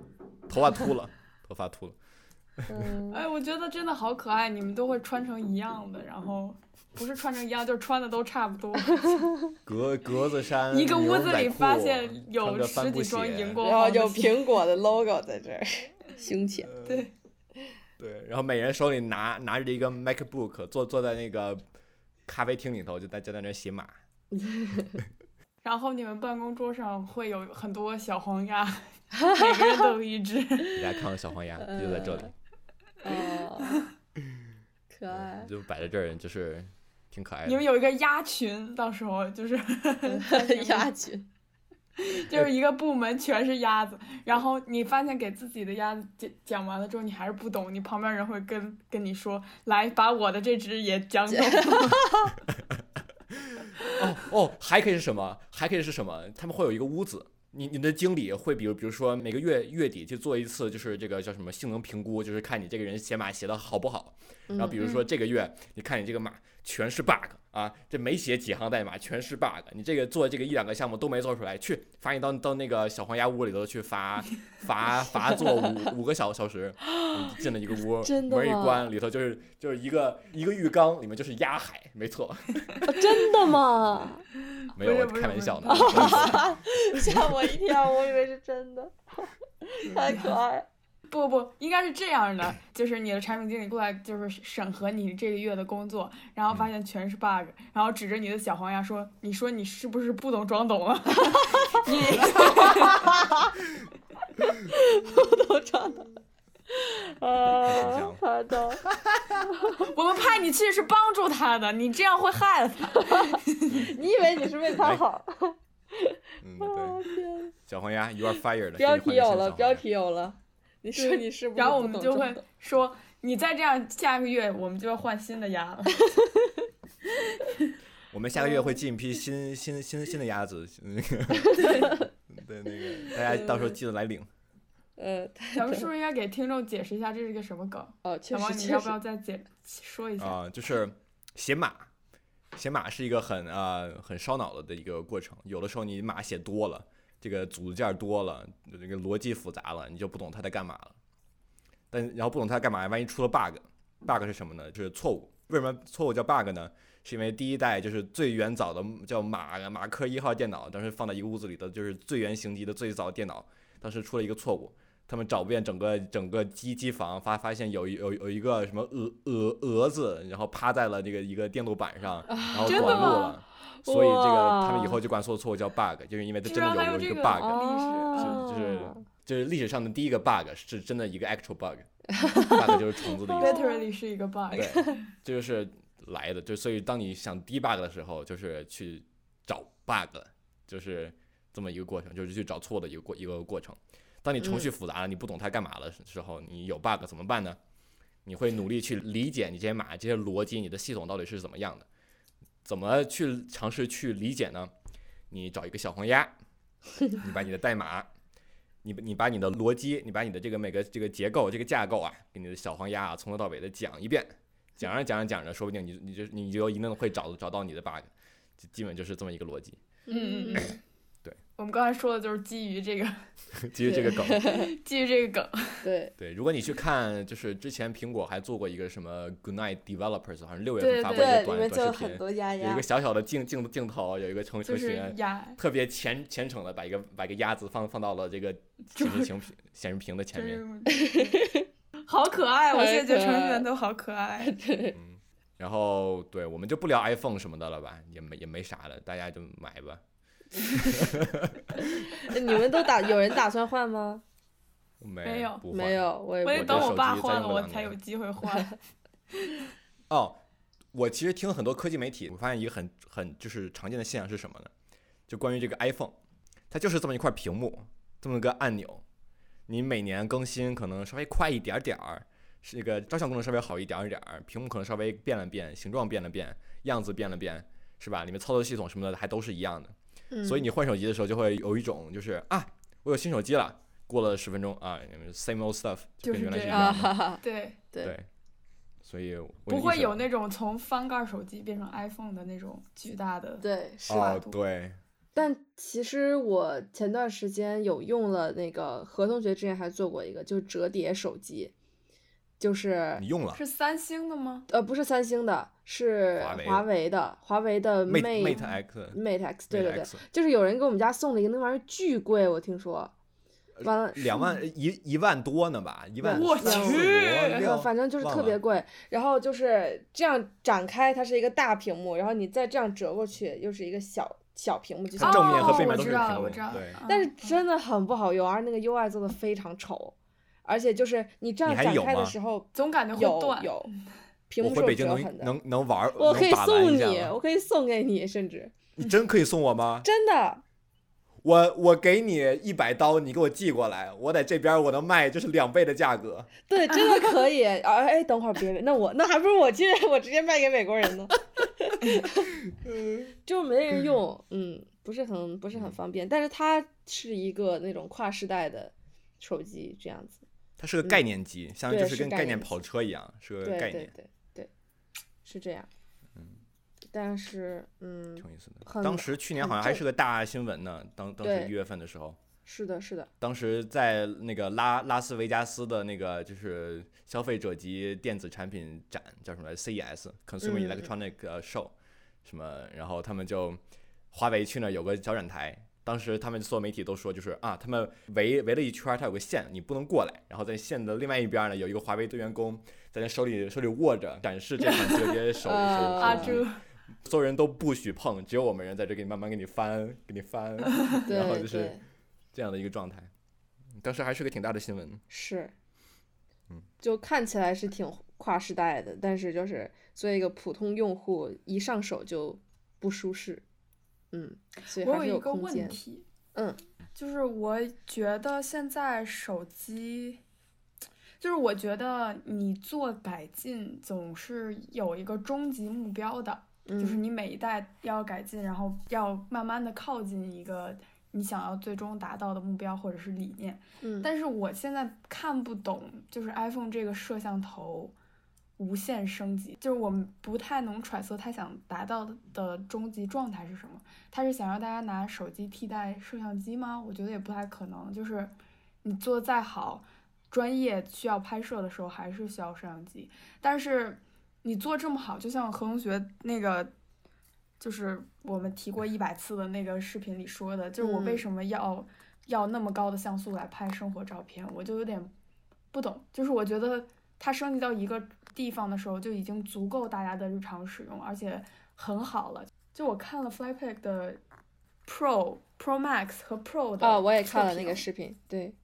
Speaker 2: 头发秃了，头发秃了，
Speaker 3: 嗯，
Speaker 4: 哎，我觉得真的好可爱，你们都会穿成一样的，然后不是穿成一样，就是穿的都差不多。
Speaker 2: 格格子衫，
Speaker 4: 一个
Speaker 2: 牛
Speaker 4: 屋子
Speaker 2: 仔
Speaker 4: 里
Speaker 2: 裤
Speaker 4: 发现
Speaker 2: 穿
Speaker 4: 有
Speaker 2: 着帆
Speaker 4: 十
Speaker 2: 布
Speaker 4: 几双
Speaker 2: 鞋
Speaker 4: 荧光
Speaker 3: 然后
Speaker 4: 黄
Speaker 3: 有
Speaker 4: 的鞋，
Speaker 3: 苹果的 logo 在这 儿，胸前。
Speaker 4: 对，
Speaker 2: 对，然后每人手里拿拿着一个 MacBook，坐坐在那个咖啡厅里头，就在就在那儿写码。
Speaker 4: 然后你们办公桌上会有很多小黄鸭，每个人都有一只。
Speaker 2: 大家看到小黄鸭就在这里，
Speaker 3: 哦，可爱
Speaker 2: 嗯，就摆在这儿，就是挺可爱
Speaker 4: 你们
Speaker 2: 的。
Speaker 4: 有一个鸭群，到时候就是
Speaker 3: 鸭群，
Speaker 4: 就是一个部门全是鸭子，然后你发现给自己的鸭子讲讲完了之后，你还是不懂，你旁边人会跟跟你说，来把我的这只也讲懂。
Speaker 2: 哦哦，还可以是什么？还可以是什么？他们会有一个屋子。你你的经理会比如比如说每个月月底去做一次，就是这个叫什么性能评估，就是看你这个人写码写的好不好。
Speaker 3: 嗯
Speaker 2: 然后比如说这个月你看你这个码全是 bug 啊，这没写几行代码全是 bug，你这个做这个一两个项目都没做出来，去罚你到到那个小黄鸭屋里头去罚罚罚坐五五个小小时。你进了一个屋，
Speaker 3: 真的
Speaker 2: 门一
Speaker 3: 吗
Speaker 2: 关，里头就是就是一个一个浴缸，里面就是鸭海，没错，
Speaker 3: 哦真的吗？
Speaker 2: 没有
Speaker 4: 不是
Speaker 2: 我
Speaker 4: 不是
Speaker 2: 开
Speaker 4: 不
Speaker 2: 玩
Speaker 4: 是
Speaker 2: 笑的。
Speaker 3: 吓我一跳，我以为是 真的，太可
Speaker 2: 啊
Speaker 3: 爱。
Speaker 4: 不不，应该是这样的，就是你的产品经理过来就是审核你这个月的工作，然后发现全是 bug，然后指着你的小黄鸭说：“你说你是不是不懂装懂啊？
Speaker 3: 都撞到，啊，好的，
Speaker 4: 我们派你去是帮助他的，你这样会害了他。
Speaker 3: 你以为你是为他好？
Speaker 2: 嗯，
Speaker 3: 啊
Speaker 2: 对，
Speaker 3: 天，
Speaker 2: 小黄鸭，you are fired。
Speaker 3: 标题有了，标
Speaker 2: 题。
Speaker 3: 题有了，你说
Speaker 4: 对
Speaker 3: 你是不是不懂中文？
Speaker 4: 然后我们就会说，你再这样，下个月我们就要换新的鸭 了。
Speaker 2: 我们下个月会进一批新新新新的鸭子，那个对那个，大家到时候记得来领。
Speaker 3: 呃，太
Speaker 4: 咱们是不是应该给听众解释一下这是个什么梗？
Speaker 3: 哦，确
Speaker 4: 小王，
Speaker 3: 实
Speaker 4: 你
Speaker 3: 确
Speaker 4: 要不
Speaker 3: 实
Speaker 4: 要再解说一下？
Speaker 2: 啊、就是写码，写码是一个很呃很烧脑的的一个过程。有的时候你码写多了，这个组件多了，这个逻辑复杂了，你就不懂它在干嘛了。但然后不懂它干嘛，万一出了 bug，bug 是什么呢？就是错误。为什么错误叫 bug 呢？是因为第一代就是最原早的叫马马克一号电脑，当时放在一个屋子里的就是最原型机的最早电脑，当时出了一个错误，他们找遍整个整个机机房，发发现有一有有一个什么蛾蛾蛾子，然后趴在了这个一个电路板上，然后
Speaker 4: 啊真的
Speaker 2: 短路
Speaker 4: 吗
Speaker 2: 了，所以这个他们
Speaker 3: 哇
Speaker 2: 以后就管所有错误叫 bug，就是因为它
Speaker 4: 居
Speaker 2: 真
Speaker 4: 然
Speaker 2: 的
Speaker 4: 还有
Speaker 2: 有一
Speaker 4: 这
Speaker 2: 个
Speaker 4: 个
Speaker 2: bug，
Speaker 4: 啊
Speaker 2: 是就是
Speaker 3: 啊
Speaker 2: 就是历史上的第一个 bug，是真的一个 actual bug，bug 就是虫子的意思。
Speaker 4: literally 是一个 bug。
Speaker 2: 对，这就是来的。就所以当你想 debug 的时候，就是去找 bug，就是这么一个过程，就是去找错的一个过一个过程。当你程序复杂了，你不懂它干嘛的时候，你有 bug 怎么办呢？你会努力去理解你这些码、这些逻辑、你的系统到底是怎么样的，怎么去尝试去理解呢？你找一个小黄鸭，你把你的代码，你你把你的逻辑，你把你的这个每个这个结构、这个架构啊，给你的小黄鸭啊从头到尾的讲一遍，讲着讲着讲着，说不定你你就你就一定会找找到你的 bug，就基本就是这么一个逻辑。
Speaker 3: 嗯嗯嗯，
Speaker 4: 我们刚才说的就是基于这个，
Speaker 2: 基于这个梗，
Speaker 4: 基于这个梗。
Speaker 3: 对，
Speaker 2: 对，如果你去看，就是之前苹果还做过一个什么 Goodnight Developers，好像六月
Speaker 4: 对
Speaker 2: 份发布一
Speaker 3: 对，
Speaker 2: 个
Speaker 3: 里
Speaker 2: 短
Speaker 3: 面就有
Speaker 2: 短视
Speaker 3: 很
Speaker 2: 频，
Speaker 3: 多丫
Speaker 2: 有一
Speaker 3: 丫
Speaker 2: 个，小小的镜镜镜头，有一个程
Speaker 4: 就
Speaker 2: 程序
Speaker 4: 是
Speaker 2: 员
Speaker 4: 鸭，
Speaker 2: 特别虔虔诚的把一个把一个鸭子放放到了这个显示屏显示屏的前
Speaker 4: 就
Speaker 2: 面
Speaker 4: 是。 好可爱！我现在觉得
Speaker 3: 太可爱
Speaker 4: 程序员都好可爱。
Speaker 2: 嗯然后对，我们就不聊 iPhone 什么的了吧，也没也没啥了，大家就买吧。
Speaker 3: 哎你们都打有人打算换吗？
Speaker 2: 没
Speaker 4: 没有
Speaker 2: 不
Speaker 3: 没
Speaker 2: 换
Speaker 3: 有，我也
Speaker 4: 我
Speaker 3: 没
Speaker 2: 这
Speaker 3: 有
Speaker 4: 得等我
Speaker 2: 手
Speaker 4: 爸
Speaker 2: 机再
Speaker 4: 换
Speaker 2: 用
Speaker 4: 了，
Speaker 2: 个
Speaker 4: 我
Speaker 2: 两
Speaker 4: 才
Speaker 2: 年
Speaker 4: 有机会换。
Speaker 2: 哦。我其实听了很多科技媒体，我发现一个很很就是常见的现象是什么呢？就关于这个 iPhone，它就是这么一块屏幕，这么一个按钮，你每年更新可能稍微快一点点儿，是这个照相功能稍微好一点儿点儿，屏幕可能稍微变了变，形状变了变，样子变了变，是吧？里面操作系统什么的还都是一样的。
Speaker 3: 嗯
Speaker 2: 所以你换手机的时候就会有一种就是啊，我有新手机了。过了十分钟啊，same old stuff，
Speaker 4: 就
Speaker 2: 跟
Speaker 4: 是
Speaker 2: 原来
Speaker 4: 这
Speaker 2: 是一
Speaker 4: 样
Speaker 3: 啊
Speaker 2: 样的。
Speaker 3: 哈哈，
Speaker 4: 对，
Speaker 3: 对
Speaker 2: 对，所以我
Speaker 4: 不会有
Speaker 2: 那
Speaker 4: 那种从翻盖手机变成 iPhone 的那种巨大的
Speaker 3: 对。
Speaker 4: 是吧？
Speaker 2: 哦，对，
Speaker 3: 但其实我前段时间有用了那个何同学之前还做过一个，就是折叠手机，就是
Speaker 2: 你用了
Speaker 4: 是三星的吗？
Speaker 3: 呃不是三星的，是
Speaker 2: 华为
Speaker 3: 华为的，华为的
Speaker 2: Mate
Speaker 3: Mate
Speaker 2: Mate X，
Speaker 3: Mate X，对对
Speaker 2: Mate
Speaker 3: 对，
Speaker 2: X
Speaker 3: 就是有人给我们家送了一个那玩意儿，巨贵，我听说，
Speaker 2: 呃
Speaker 3: 完了。
Speaker 2: 两万一一万多呢吧，一万
Speaker 4: 我
Speaker 2: 四五
Speaker 4: 去
Speaker 2: 六
Speaker 3: 呃，反正就是
Speaker 2: 忘
Speaker 3: 特别
Speaker 2: 了
Speaker 3: 贵，然后就是这样展开，它是一个大屏幕，然后你再这样折过去，又是一个小小屏幕，就
Speaker 2: 它
Speaker 3: 像
Speaker 4: 哦，
Speaker 2: 正面和背面
Speaker 4: 我
Speaker 2: 都
Speaker 4: 知
Speaker 2: 是
Speaker 4: 道
Speaker 2: 屏
Speaker 4: 了，我
Speaker 2: 幕
Speaker 4: 知道了。
Speaker 2: 对
Speaker 4: 嗯
Speaker 3: 但是真的很不好用，啊而那个 UI 做的非常丑，而且就是你这样
Speaker 2: 你还
Speaker 3: 展
Speaker 2: 有
Speaker 3: 开的
Speaker 2: 吗
Speaker 3: 时候
Speaker 4: 总感觉会
Speaker 3: 有
Speaker 4: 断。
Speaker 3: 有，屏
Speaker 2: 我
Speaker 3: 幕是
Speaker 2: 回
Speaker 3: 有
Speaker 2: 北京
Speaker 3: 折
Speaker 2: 能
Speaker 3: 痕的。
Speaker 2: 能能玩儿，
Speaker 3: 我
Speaker 2: 能
Speaker 3: 可以
Speaker 2: 把玩
Speaker 3: 送
Speaker 2: 一下
Speaker 3: 你，
Speaker 2: 吗
Speaker 3: 我可以送给你，甚至
Speaker 2: 你真可以送我吗？
Speaker 3: 真的
Speaker 2: 我我给你一百刀，你给我寄过来，我在这边我能卖就是两倍的价格。
Speaker 3: 对，真的 可以。啊哎，等会儿别，那我那还不如我去，我直接卖给美国人 呢。 就没人用，嗯，不是很不是很方便，但是它是一个那种跨世代的手机这样子。
Speaker 2: 它是个概念机，相当于
Speaker 3: 对
Speaker 2: 就是
Speaker 3: 是
Speaker 2: 跟
Speaker 3: 概
Speaker 2: 概念
Speaker 3: 念
Speaker 2: 跑
Speaker 3: 机
Speaker 2: 车一样，是个
Speaker 3: 对
Speaker 2: 概
Speaker 3: 对
Speaker 2: 念，
Speaker 3: 对对，是这样。但是嗯，
Speaker 2: 挺有意思的。
Speaker 3: 很
Speaker 2: 当时去年好像还
Speaker 3: 很
Speaker 2: 是个大新闻呢，当当时
Speaker 3: 对
Speaker 2: 一月份的时候，
Speaker 3: 是的，是的，
Speaker 2: 当时在那个拉拉斯维加斯的那个就是消费者及电子产品展叫什么来 CES（Consumer
Speaker 3: 嗯嗯
Speaker 2: Electronic 呃 Show），、什么，然后他们就华为去那儿有个小展台。当时他们所有媒体都说，就是啊，他们围围了一圈儿，它有个线，你不能过来。然后在线的另外一边儿呢，有一个华为的员工在那手里手里握着展示这款折叠 手手
Speaker 4: 阿
Speaker 3: 啊
Speaker 2: 手
Speaker 4: 朱
Speaker 2: 机，所有人都不许碰，只有我们人在这给你慢慢给你翻，给你 翻 然后
Speaker 3: 对
Speaker 2: 就是
Speaker 3: 对
Speaker 2: 嗯这样的一个状态。当时还是个挺大的新闻。
Speaker 3: 是。
Speaker 2: 嗯
Speaker 3: 就看起来是挺跨时代的，但是就是作为一个普通用户，一上手就不舒适。嗯，所以还
Speaker 4: 我
Speaker 3: 是
Speaker 4: 有一个
Speaker 3: 空
Speaker 4: 问
Speaker 3: 间。
Speaker 4: 题，
Speaker 3: 嗯，
Speaker 4: 就是我觉得现在手机，就是我觉得你做改进总是有一个终极目标的，
Speaker 3: 嗯
Speaker 4: 就是你每一代要改进，然后要慢慢的靠近一个你想要最终达到的目标或者是理念。
Speaker 3: 嗯，
Speaker 4: 但是我现在看不懂，就是 iPhone 这个摄像头无限升级，就是我们不太能揣测它想达到的终极状态是什么。它是想让大家拿手机替代摄像机吗？我觉得也不太可能。就是你做得再好，专业需要拍摄的时候还是需要摄像机，但是你做这么好，就像何同学那个。就是我们提过一百次的那个视频里说的，就是我为
Speaker 3: 嗯
Speaker 4: 什么要、要那么高的像素来拍生活照片，我就有点不懂。就是我觉得它升级到一个地方的时候，就已经足够大家的日常使用，而且很好了。就我看了 Flypak 的 Pro、Pro Max 和 Pro 的
Speaker 3: 哦，我也看了
Speaker 4: 测
Speaker 3: 那
Speaker 4: 评啊
Speaker 3: 个视频，对，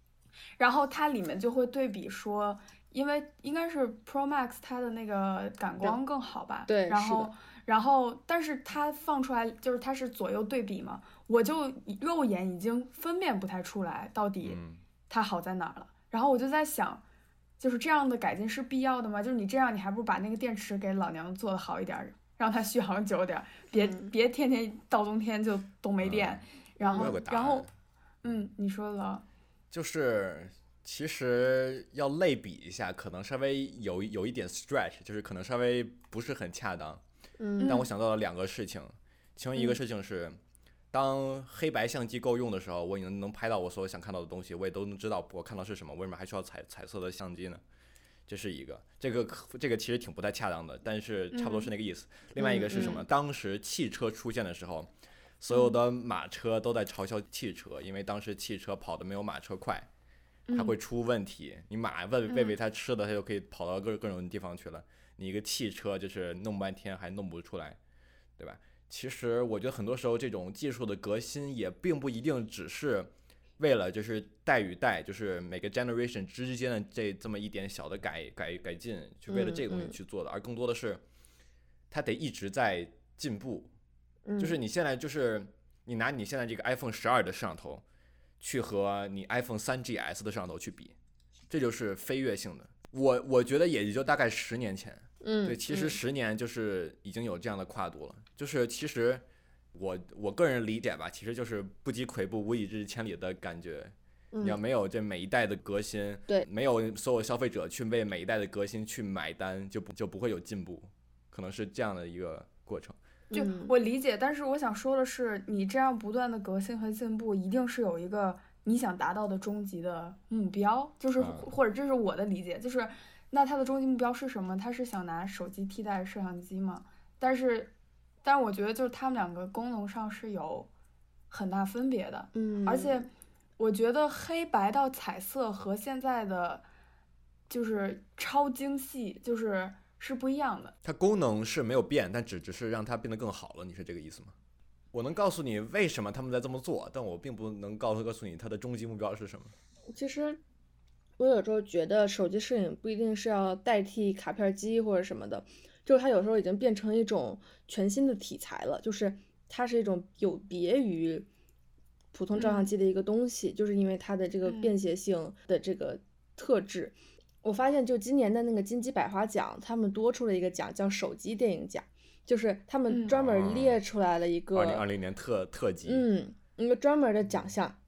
Speaker 4: 然后它里面就会对比说，因为应该是 Pro Max 它的那个感光更好吧？
Speaker 3: 对
Speaker 4: 然
Speaker 3: 是的
Speaker 4: 后，然后，但是它放出来就是它是左右对比嘛，我就肉眼已经分辨不太出来到底
Speaker 2: 嗯，
Speaker 4: 它好在哪儿了。然后我就在想，就是这样的改进是必要的吗？就是你这样，你还不如把那个电池给老娘做的好一点儿，让它续航久点儿，别、
Speaker 3: 嗯
Speaker 4: 别天天到冬天就都没电。然
Speaker 2: 我
Speaker 4: 后
Speaker 2: 有嗯个，答
Speaker 4: 然后
Speaker 2: 案，
Speaker 4: 嗯，你说了，
Speaker 2: 就是其实要类比一下，可能稍微有有一点 stretch，就是可能稍微不是很恰当。
Speaker 3: 嗯
Speaker 2: 但我想到了两个事情，其中一个
Speaker 4: 嗯
Speaker 2: 事情是，当黑白相机够用的时候，我已经能拍到我所有想看到的东西，我也都能知道我看到是什么，为什么还需要彩彩色的相机呢？这是一个，这个可这个其实挺不太恰当的，但是差不
Speaker 4: 嗯
Speaker 2: 多是那个意思。另外一个是什么？当时汽车出现的时候，所有的马车都在嘲笑汽车，因为当时汽车跑的没有马车快。它会出问题。你马喂喂喂它吃的，它就可以跑到各各种地方去了。你一个汽车就是弄半天还弄不出来，对吧？其实我觉得很多时候这种技术的革新也并不一定只是为了就是代与代，就是每个 generation 之间的这这么一点小的改改改进，去为了这个东西
Speaker 3: 嗯嗯
Speaker 2: 去做的，而更多的是它得一直在进步。
Speaker 3: 嗯
Speaker 2: 就是你现在就是你拿你现在这个 iPhone 十二的摄像头去和你 iPhone 三 GS 的摄像头去比，这就是飞跃性的。我我觉得也就大概十年前，
Speaker 3: 嗯，
Speaker 2: 对，其实
Speaker 3: 嗯
Speaker 2: 十年就是已经有这样的跨度了。就是其实我我个人理解吧，其实就是不积跬步，无以至千里的感觉。你要
Speaker 3: 嗯
Speaker 2: 没有这每一代的革新，
Speaker 3: 对
Speaker 2: 没有所有消费者去为每一代的革新去买单，就不就不会有进步，可能是这样的一个过程。
Speaker 4: 就
Speaker 3: 嗯
Speaker 4: 我理解，但是我想说的是，你这样不断的革新和进步，一定是有一个你想达到的终极的目标，就是、
Speaker 2: 嗯
Speaker 4: 或者这是我的理解，就是那他的终极目标是什么？他是想拿手机替代摄像机吗？但是，但是我觉得就是他们两个功能上是有很大分别的，
Speaker 3: 嗯，
Speaker 4: 而且我觉得黑白到彩色和现在的就是超精细就是是不一样的。
Speaker 2: 它功能是没有变，但只只是让它变得更好了。你是这个意思吗？我能告诉你为什么他们在这么做，但我并不能告诉告诉你它的终极目标是什么。
Speaker 3: 其实我有时候觉得手机摄影不一定是要代替卡片机或者什么的，就是它有时候已经变成一种全新的题材了，就是它是一种有别于普通照相
Speaker 4: 嗯
Speaker 3: 机的一个东西，就是因为它的这个
Speaker 4: 嗯
Speaker 3: 便携性的这个特质。我发现，就今年的那个金鸡百花奖，他们多出了一个奖，叫手机电影奖，就是他们
Speaker 4: 嗯
Speaker 3: 专门
Speaker 2: 哦
Speaker 3: 列出来了一个
Speaker 2: 二零二零年特特辑，
Speaker 3: 嗯，一个专门儿的奖项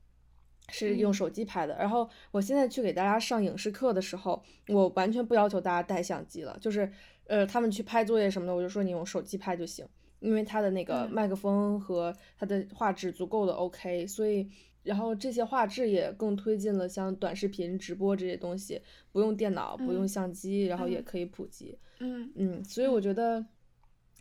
Speaker 3: 是用
Speaker 4: 嗯
Speaker 3: 手机拍的。然后我现在去给大家上影视课的时候，我完全不要求大家带相机了，就是呃，他们去拍作业什么的，我就说你用手机拍就行，因为它的那个
Speaker 4: 嗯
Speaker 3: 麦克风和它的画质足够的 OK，所以。然后这些画质也更推进了像短视频、直播这些东西，不用电脑，不用
Speaker 4: 嗯
Speaker 3: 相机，然后也
Speaker 4: 嗯
Speaker 3: 可以普及。
Speaker 4: 嗯
Speaker 3: 嗯，所以我觉得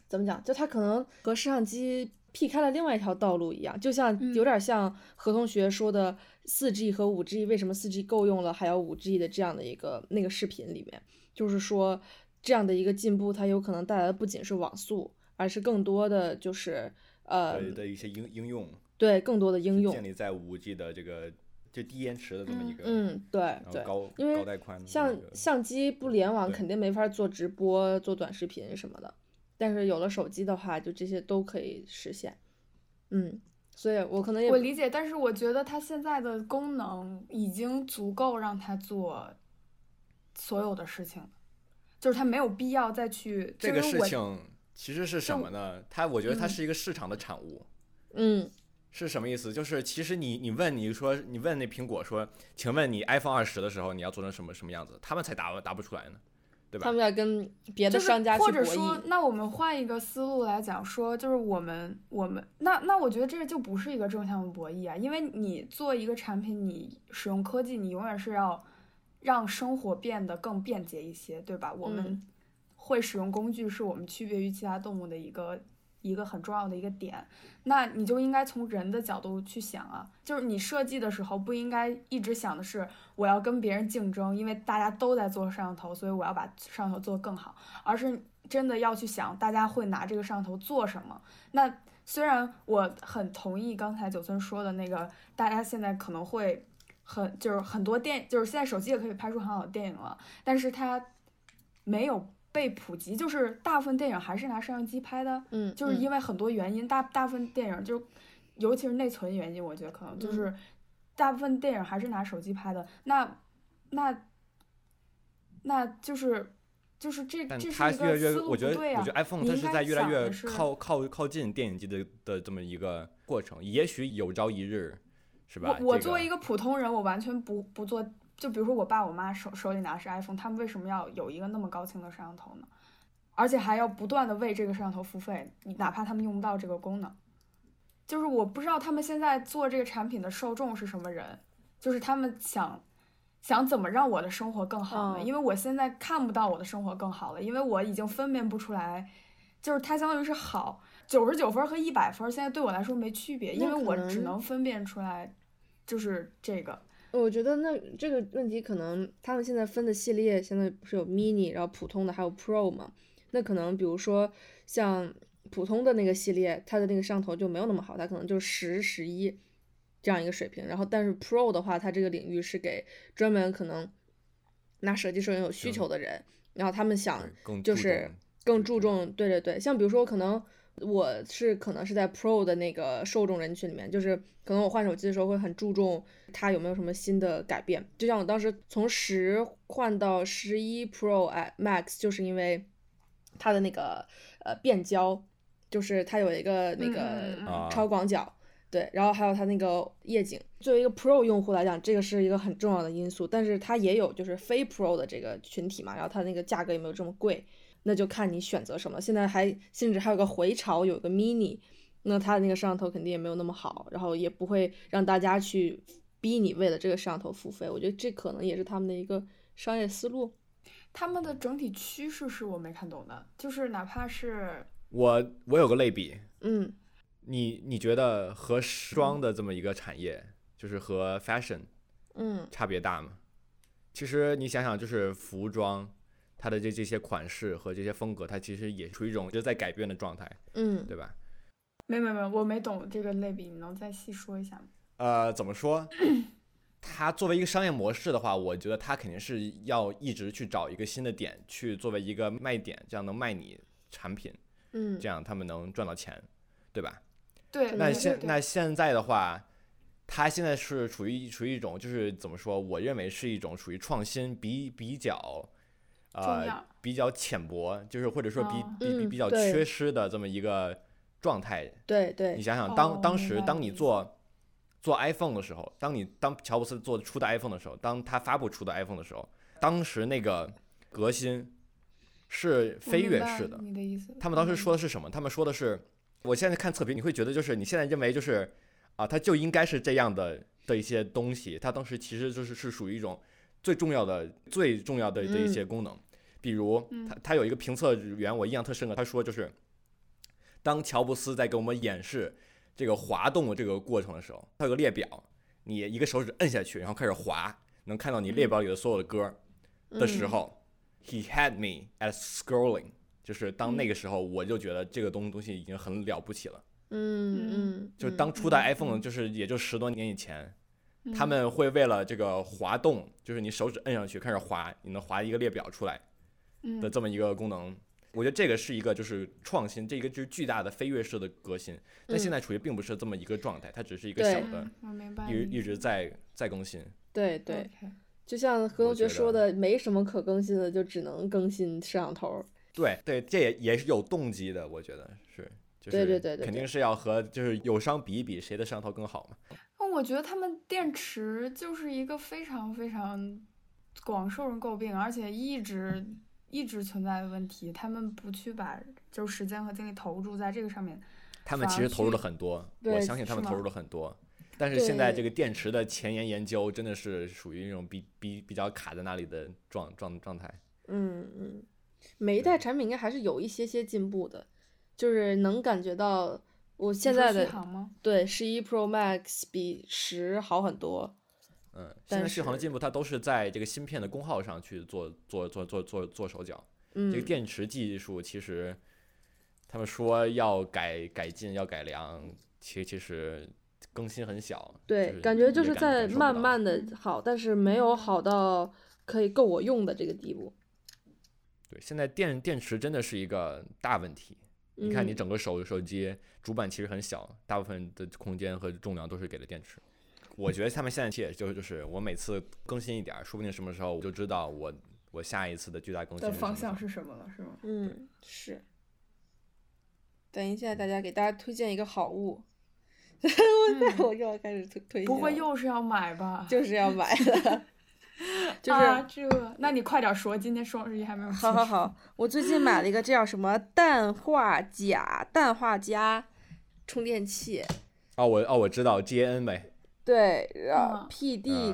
Speaker 3: 怎么讲，就它可能和摄像机避开了另外一条道路一样，就像有
Speaker 4: 嗯
Speaker 3: 点像何同学说的四 G 和五 G 为什么四 G 够用了还要五 G 的这样的一个那个视频里面，就是说这样的一个进步，它有可能带来的不仅是网速，而是更多的就是呃
Speaker 2: 对的一些应应用
Speaker 3: 对更多的应
Speaker 2: 是
Speaker 3: 用
Speaker 2: 建。立在五 G 的这个就低延迟的这么一个，
Speaker 3: 嗯，对
Speaker 2: 然
Speaker 3: 对，
Speaker 2: 后
Speaker 3: 因
Speaker 2: 高
Speaker 3: 为
Speaker 2: 高带宽的嗯那
Speaker 3: 像
Speaker 2: 个
Speaker 3: 相机不联网，
Speaker 2: 对
Speaker 3: 肯定没法做直播、做短视频什么的。但是有了手机的话，就这些都可以实现。嗯，所以我可能也
Speaker 4: 我理解，但是我觉得它现在的功能已经足够让它做所有的事情了，就是它没有必要再去。
Speaker 2: 这个
Speaker 4: 就是
Speaker 2: 事
Speaker 4: 我
Speaker 2: 情其实是什么呢？它我觉得它是一个市场的产物，
Speaker 3: 嗯
Speaker 2: 是什么意思？就是其实你你问你说你问那苹果说，请问你 iPhone 二十的时候你要做成什么什么样子？他们才答答不出来呢，对
Speaker 3: 他
Speaker 2: 吧
Speaker 3: 们？要跟别的
Speaker 4: 就是
Speaker 3: 商家去
Speaker 4: 或者
Speaker 3: 博
Speaker 4: 说
Speaker 3: 弈，。
Speaker 4: 那我们换一个思路来讲，说就是我们我们那那我觉得这就不是一个正向的博弈啊，因为你做一个产品，你使用科技，你永远是要让生活变得更便捷一些，对吧？我们会使用工具是我们区别于其他动物的一个。一个很重要的一个点，那你就应该从人的角度去想啊，就是你设计的时候不应该一直想的是我要跟别人竞争，因为大家都在做摄像头，所以我要把摄像头做得更好。而是真的要去想大家会拿这个摄像头做什么。那虽然我很同意刚才九村说的那个，大家现在可能会很就是很多电，就是现在手机也可以拍出很好的电影了，但是它没有被普及，就是大部分电影还是拿摄像机拍的，
Speaker 3: 嗯，
Speaker 4: 就是
Speaker 3: 嗯
Speaker 4: 因为很多原因，大大部分电影就，尤其是内存原因，我觉得可能
Speaker 3: 嗯
Speaker 4: 就是大部分电影还是拿手机拍的。那那那就是就是这
Speaker 2: 但
Speaker 4: 这
Speaker 2: 它
Speaker 4: 是
Speaker 2: 越
Speaker 4: 一个
Speaker 2: 来越，
Speaker 4: 思路
Speaker 2: 我
Speaker 4: 不
Speaker 2: 觉得
Speaker 4: 对
Speaker 2: 我
Speaker 4: 啊
Speaker 2: 觉得。iPhone
Speaker 4: 你
Speaker 2: 它
Speaker 4: 应
Speaker 2: 是
Speaker 4: 该
Speaker 2: 在越来
Speaker 4: 想的
Speaker 2: 越
Speaker 4: 是
Speaker 2: 靠靠靠近电影机的的这么一个过程，也许有朝一日，是吧
Speaker 4: 我？我作为
Speaker 2: 这
Speaker 4: 一
Speaker 2: 个
Speaker 4: 个普通人，我完全不不做。就比如说我爸我妈手手里拿的是 iPhone，他们为什么要有一个那么高清的摄像头呢？而且还要不断的为这个摄像头付费，哪怕他们用不到这个功能。就是我不知道他们现在做这个产品的受众是什么人，就是他们想想怎么让我的生活更好呢？
Speaker 3: 嗯
Speaker 4: 因为我现在看不到我的生活更好了，因为我已经分辨不出来，就是它相当于是好九十九分和一百分，现在对我来说没区别，
Speaker 3: 那
Speaker 4: 因为
Speaker 3: 可
Speaker 4: 我只
Speaker 3: 能
Speaker 4: 能分辨出来就是这个。
Speaker 3: 我觉得那这个问题可能他们现在分的系列，相当于不是有 mini，然后普通的还有 pro 嘛？那可能比如说像普通的那个系列，它的那个摄像头就没有那么好，它可能就十、十一这样一个水平。然后但是 pro 的话，它这个领域是给专门可能拿手机摄影有需
Speaker 2: 行
Speaker 3: 求的人，然后他们想
Speaker 2: 对更
Speaker 3: 就
Speaker 2: 注
Speaker 3: 是
Speaker 2: 重
Speaker 3: 更
Speaker 2: 对
Speaker 3: 注
Speaker 2: 对
Speaker 3: 重，对对对，像比如说可能我是可能是在 Pro 的那个受众人群里面，就是可能我换手机的时候会很注重它有没有什么新的改变，就像我当时从十换到十一 Pro 哎 Max，就是因为它的那个呃变焦，就是它有一个那
Speaker 4: 嗯嗯嗯嗯
Speaker 3: 个
Speaker 2: 啊
Speaker 3: 超广角。对，然后还有它那个夜景，作为一个 Pro 用户来讲，这个是一个很重要的因素，但是它也有就是非 Pro 的这个群体嘛，然后它那个价格也没有这么贵，那就看你选择什么。现在还甚至还有个回潮，有个 mini，那它的那个摄像头肯定也没有那么好，然后也不会让大家去逼你为了这个摄像头付费。我觉得这可能也是他们的一个商业思路。
Speaker 4: 他们的整体趋势是我没看懂的，就是哪怕是
Speaker 2: 我我有个类比，
Speaker 3: 嗯
Speaker 2: 你你觉得和时装的这么一个产业，就是和 fashion
Speaker 3: 嗯
Speaker 2: 差别大吗？其实你想想，就是服装，它的这这些款式和这些风格，它其实也处于一种就在改变的状态，
Speaker 3: 嗯
Speaker 2: 对吧？
Speaker 4: 没没没，我没懂这个类比，你能再细说一下吗？
Speaker 2: 呃，怎么说？它作为一个商业模式的话，我觉得它肯定是要一直去找一个新的点，去作为一个卖点，这样能卖你产品，
Speaker 3: 嗯
Speaker 2: 这样他们能赚到钱，对吧？
Speaker 4: 对，
Speaker 2: 那
Speaker 4: 对
Speaker 2: 现
Speaker 4: 嗯对
Speaker 2: 那现在的话，它现在是处于处于一种就是怎么说？我认为是一种属于创新比比较，
Speaker 4: 重
Speaker 2: 呃
Speaker 4: 要，
Speaker 2: 比较浅薄，就是或者说比、
Speaker 4: 哦
Speaker 2: 比比
Speaker 3: 嗯
Speaker 2: 比较
Speaker 3: 对
Speaker 2: 缺失的这么一个状态。
Speaker 3: 对
Speaker 2: 你
Speaker 3: 对，
Speaker 2: 想想，
Speaker 4: 哦
Speaker 2: 当当
Speaker 4: 明
Speaker 2: 时
Speaker 4: 白
Speaker 2: 当
Speaker 4: 你
Speaker 2: 你
Speaker 4: 的意
Speaker 2: 做做 iPhone 的时候，当你当乔布斯做出的 iPhone 的时候，当他发布出的 iPhone 的时候，当时那个革新是
Speaker 4: 我
Speaker 2: 飞
Speaker 4: 明
Speaker 2: 跃
Speaker 4: 白
Speaker 2: 式的，
Speaker 4: 你的意思。
Speaker 2: 他们当时
Speaker 4: 嗯
Speaker 2: 说的是什么？他们说的是，我现在看测评，你会觉得就是你现在认为就是啊，它就应该是这样的的一些东西，它当时其实就是是属于一种最重要的、最重要的的一些功能。比如，他他有一个评测员，我印象特深刻，他说就是，当乔布斯在给我们演示这个滑动的这个过程的时候，他有个列表，你一个手指摁下去，然后开始滑，能看到你列表里的所有的歌的时
Speaker 4: 嗯
Speaker 2: 候、h e had me at scrolling，就是当那个时候，我就觉得这个东东西已经很了不起了。
Speaker 3: 嗯
Speaker 4: 嗯
Speaker 3: 嗯，
Speaker 2: 就是
Speaker 3: 嗯
Speaker 2: 当初的
Speaker 4: 嗯
Speaker 2: iPhone，就是也就十多年以前，他们会为了这个滑动，就是你手指摁上去开始滑，你能滑一个列表出来
Speaker 4: 嗯
Speaker 2: 的这么一个功能。我觉得这个是一个就是创新，这一个就是巨大的飞跃式的革新。但
Speaker 4: 嗯
Speaker 2: 现在处于并不是这么一个状态，它只是一个
Speaker 3: 对
Speaker 2: 小的
Speaker 4: 嗯，，我明白
Speaker 2: 一
Speaker 4: 你
Speaker 2: 直
Speaker 4: 意思。
Speaker 2: 一直在在更新。
Speaker 3: 对对，
Speaker 4: OK
Speaker 3: 就像何
Speaker 2: 我
Speaker 3: 同学
Speaker 2: 觉
Speaker 3: 说
Speaker 2: 得
Speaker 3: 的，没什么可更新的，就只能更新摄像头儿。
Speaker 2: 对对，这也也是有动机的，我觉得是，就是
Speaker 3: 对对对对
Speaker 2: 肯
Speaker 3: 对
Speaker 2: 定是要和就是友商比一比，谁的摄像头更好嘛。
Speaker 4: 那我觉得他们电池就是一个非常非常广受人诟病，而且一直一直存在的问题。他们不去把就时间和精力投入在这个上面，
Speaker 2: 他们
Speaker 4: 反
Speaker 2: 其
Speaker 4: 而
Speaker 2: 实投入
Speaker 4: 去
Speaker 2: 了很多，我
Speaker 3: 对
Speaker 2: 相信他
Speaker 4: 是
Speaker 2: 们投
Speaker 4: 吗
Speaker 2: 入了很多。但是现在这
Speaker 3: 对
Speaker 2: 个电池的前沿研究真的是属于那种比比比较卡在那里的状状状态。
Speaker 3: 嗯嗯，每一代产品应该还是有一些些进步的，就是能感觉到我现
Speaker 4: 你说
Speaker 3: 在
Speaker 4: 续
Speaker 3: 的
Speaker 4: 航吗？
Speaker 3: 对十一 Pro Max 比十好很多。
Speaker 2: 嗯，现
Speaker 3: 但
Speaker 2: 在续航的
Speaker 3: 是
Speaker 2: 进步，它都是在这个芯片的功耗上去做做做做做做手脚。
Speaker 3: 嗯，
Speaker 2: 这个电池技术其实他们说要改改进要改良，其其实更新很小。
Speaker 3: 对，
Speaker 2: 就是
Speaker 3: 感
Speaker 2: 你
Speaker 3: 觉
Speaker 2: 也
Speaker 3: 就是
Speaker 2: 感
Speaker 3: 在
Speaker 2: 感受不
Speaker 3: 慢
Speaker 2: 到
Speaker 3: 慢的好，但是没有好到可以够我用的这个地步。
Speaker 2: 对，现在电电池真的是一个大问题。你看，你
Speaker 3: 嗯
Speaker 2: 整个手手机主板其实很小，大部分的空间和重量都是给了电池。我觉得他们现在也就是就是我每次更新一点儿，说不定什么时候我就知道我我下一次的巨大更新
Speaker 4: 的
Speaker 2: 是什
Speaker 4: 方
Speaker 2: 么时
Speaker 4: 向
Speaker 2: 候
Speaker 4: 是什么了？是吗？
Speaker 3: 嗯，是。等一下，大家给大家推荐一个好 物。我我又要开始推推荐
Speaker 4: 嗯不会
Speaker 3: 了
Speaker 4: 又是要买吧？
Speaker 3: 就是要 买的，就是、
Speaker 4: 啊、这，那你快点说，今天双十一还没有。
Speaker 3: 好好，好，我最近买了一个这叫什么氮化钾、氮化镓充电器，
Speaker 2: 哦，我哦我知道 G A N 呗，
Speaker 3: 对，然后
Speaker 4: 嗯
Speaker 3: PD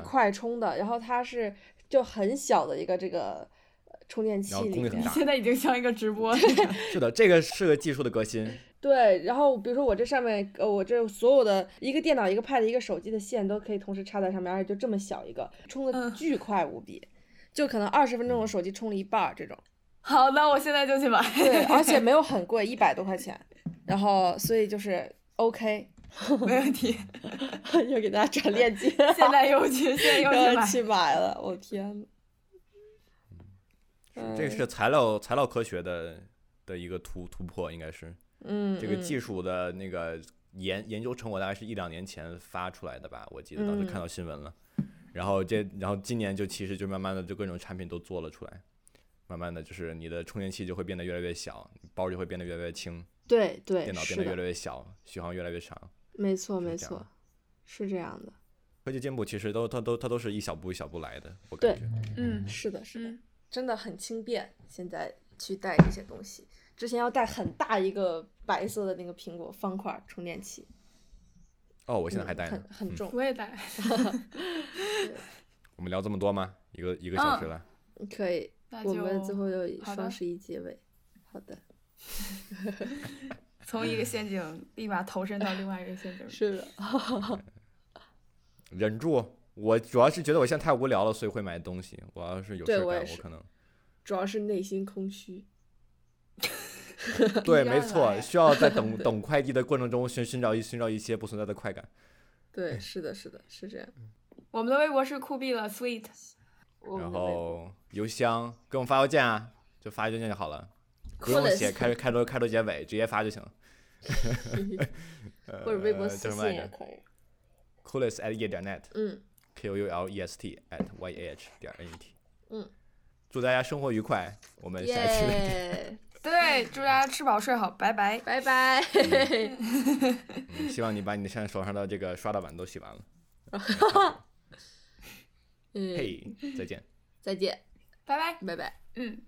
Speaker 2: 嗯
Speaker 3: 快充的，然后它是就很小的一个这个呃充电器
Speaker 2: 然后
Speaker 3: 里
Speaker 2: 功率很
Speaker 3: 面
Speaker 2: 大
Speaker 4: 现在已经像一个直播了。
Speaker 2: 是的，这个是个技术的革新，
Speaker 3: 对，然后比如说我这上面，呃，我这所有的一个电脑、一个 pad、一个手机的线都可以同时插在上面，而且就这么小一个，充的
Speaker 4: 嗯
Speaker 3: 巨快无比，就可能二十分
Speaker 2: 嗯
Speaker 3: 钟我手机充了一半儿这种。
Speaker 4: 好，那我现在就去买。
Speaker 3: 对，而且没有 很贵，一百多块钱，然后所以就是 OK，
Speaker 4: 没问题。
Speaker 3: 又给大家转链 接，
Speaker 4: 现在又去，现在 又去
Speaker 3: 又
Speaker 4: 买。
Speaker 3: 去买了，我天呐。嗯
Speaker 2: 这个是材料材料科学的的一个突突破，应该是
Speaker 3: 嗯，
Speaker 2: 这个
Speaker 3: 嗯
Speaker 2: 技术的那个研研究成果大概是一两年前发出来的吧，我记得当时
Speaker 3: 嗯
Speaker 2: 看到新闻了。然后这，然后今年就其实就慢慢的就各种产品都做了出来，慢慢的就是你的充电器就会变得越来越小，包就会变得越来越轻，
Speaker 3: 对对
Speaker 2: 电脑变
Speaker 3: 是
Speaker 2: 得越
Speaker 3: 的，
Speaker 2: 来越小，续航越来越长。
Speaker 3: 没错没
Speaker 2: 这样
Speaker 3: 错，是这样的，
Speaker 2: 科技进步其实都它都它都是一小步一小步来的，我
Speaker 3: 对
Speaker 2: 感觉。
Speaker 4: 嗯
Speaker 3: 是的是的，
Speaker 4: 嗯
Speaker 3: 真的很轻便，现在去带这些东西，之前要带很大一个白色的那个苹果方块充电器，
Speaker 2: 哦，我
Speaker 3: 我
Speaker 2: 现在还带
Speaker 3: 嗯很
Speaker 2: 呢。
Speaker 3: 很重，
Speaker 4: 我 也带。
Speaker 2: 我们聊这么多吗？一个一个小时
Speaker 4: 嗯
Speaker 2: 了。
Speaker 3: 可以，
Speaker 4: 那
Speaker 3: 我们
Speaker 4: 就
Speaker 3: 最后就以
Speaker 4: 好的
Speaker 3: 双十一结尾，好的，
Speaker 4: 从一个陷阱立马投身到另外一个 陷阱。
Speaker 3: 是的，
Speaker 2: 忍住，我主要是觉得我现在太无聊了，所以会买东西。我要是有事
Speaker 3: 对
Speaker 2: 儿干，
Speaker 3: 我也
Speaker 2: 我
Speaker 3: 是
Speaker 2: 可能
Speaker 3: 主要是内心空虚，
Speaker 2: 对，
Speaker 4: 一
Speaker 2: 没
Speaker 4: 样
Speaker 2: 错，
Speaker 4: 来
Speaker 2: 需要在 等等快递的过程中寻寻找一寻找一些不存在的快感。嗯
Speaker 3: 对，是的是的是这样，
Speaker 4: 我们的微博是酷毙了 sweet，
Speaker 3: 我
Speaker 2: 然
Speaker 3: 们的微博
Speaker 2: 后邮箱给我们发邮件啊，就发邮件就好了，不用
Speaker 3: Coolest
Speaker 2: 写开开头开头结尾，直接发就行了。
Speaker 3: 或者微博
Speaker 2: 呃
Speaker 3: 私
Speaker 2: 叫什么
Speaker 3: 信
Speaker 2: 来
Speaker 3: 也
Speaker 2: 着
Speaker 3: 可以，
Speaker 2: ？coolest at ye 点 net
Speaker 3: 嗯。
Speaker 2: k o u l e s t at y a h 点 n e t。
Speaker 3: 嗯，
Speaker 2: 祝大家生活愉快，我们哎下期再见。
Speaker 3: 耶，
Speaker 4: 对，祝大家吃饱睡好，拜拜。
Speaker 3: 拜拜。
Speaker 2: 嗯希望你把你现在手上的这个刷的碗都洗完了。
Speaker 3: 嗯，
Speaker 2: 嘿，再见。
Speaker 3: 再见，
Speaker 4: 拜拜，
Speaker 3: 拜拜。
Speaker 4: 嗯，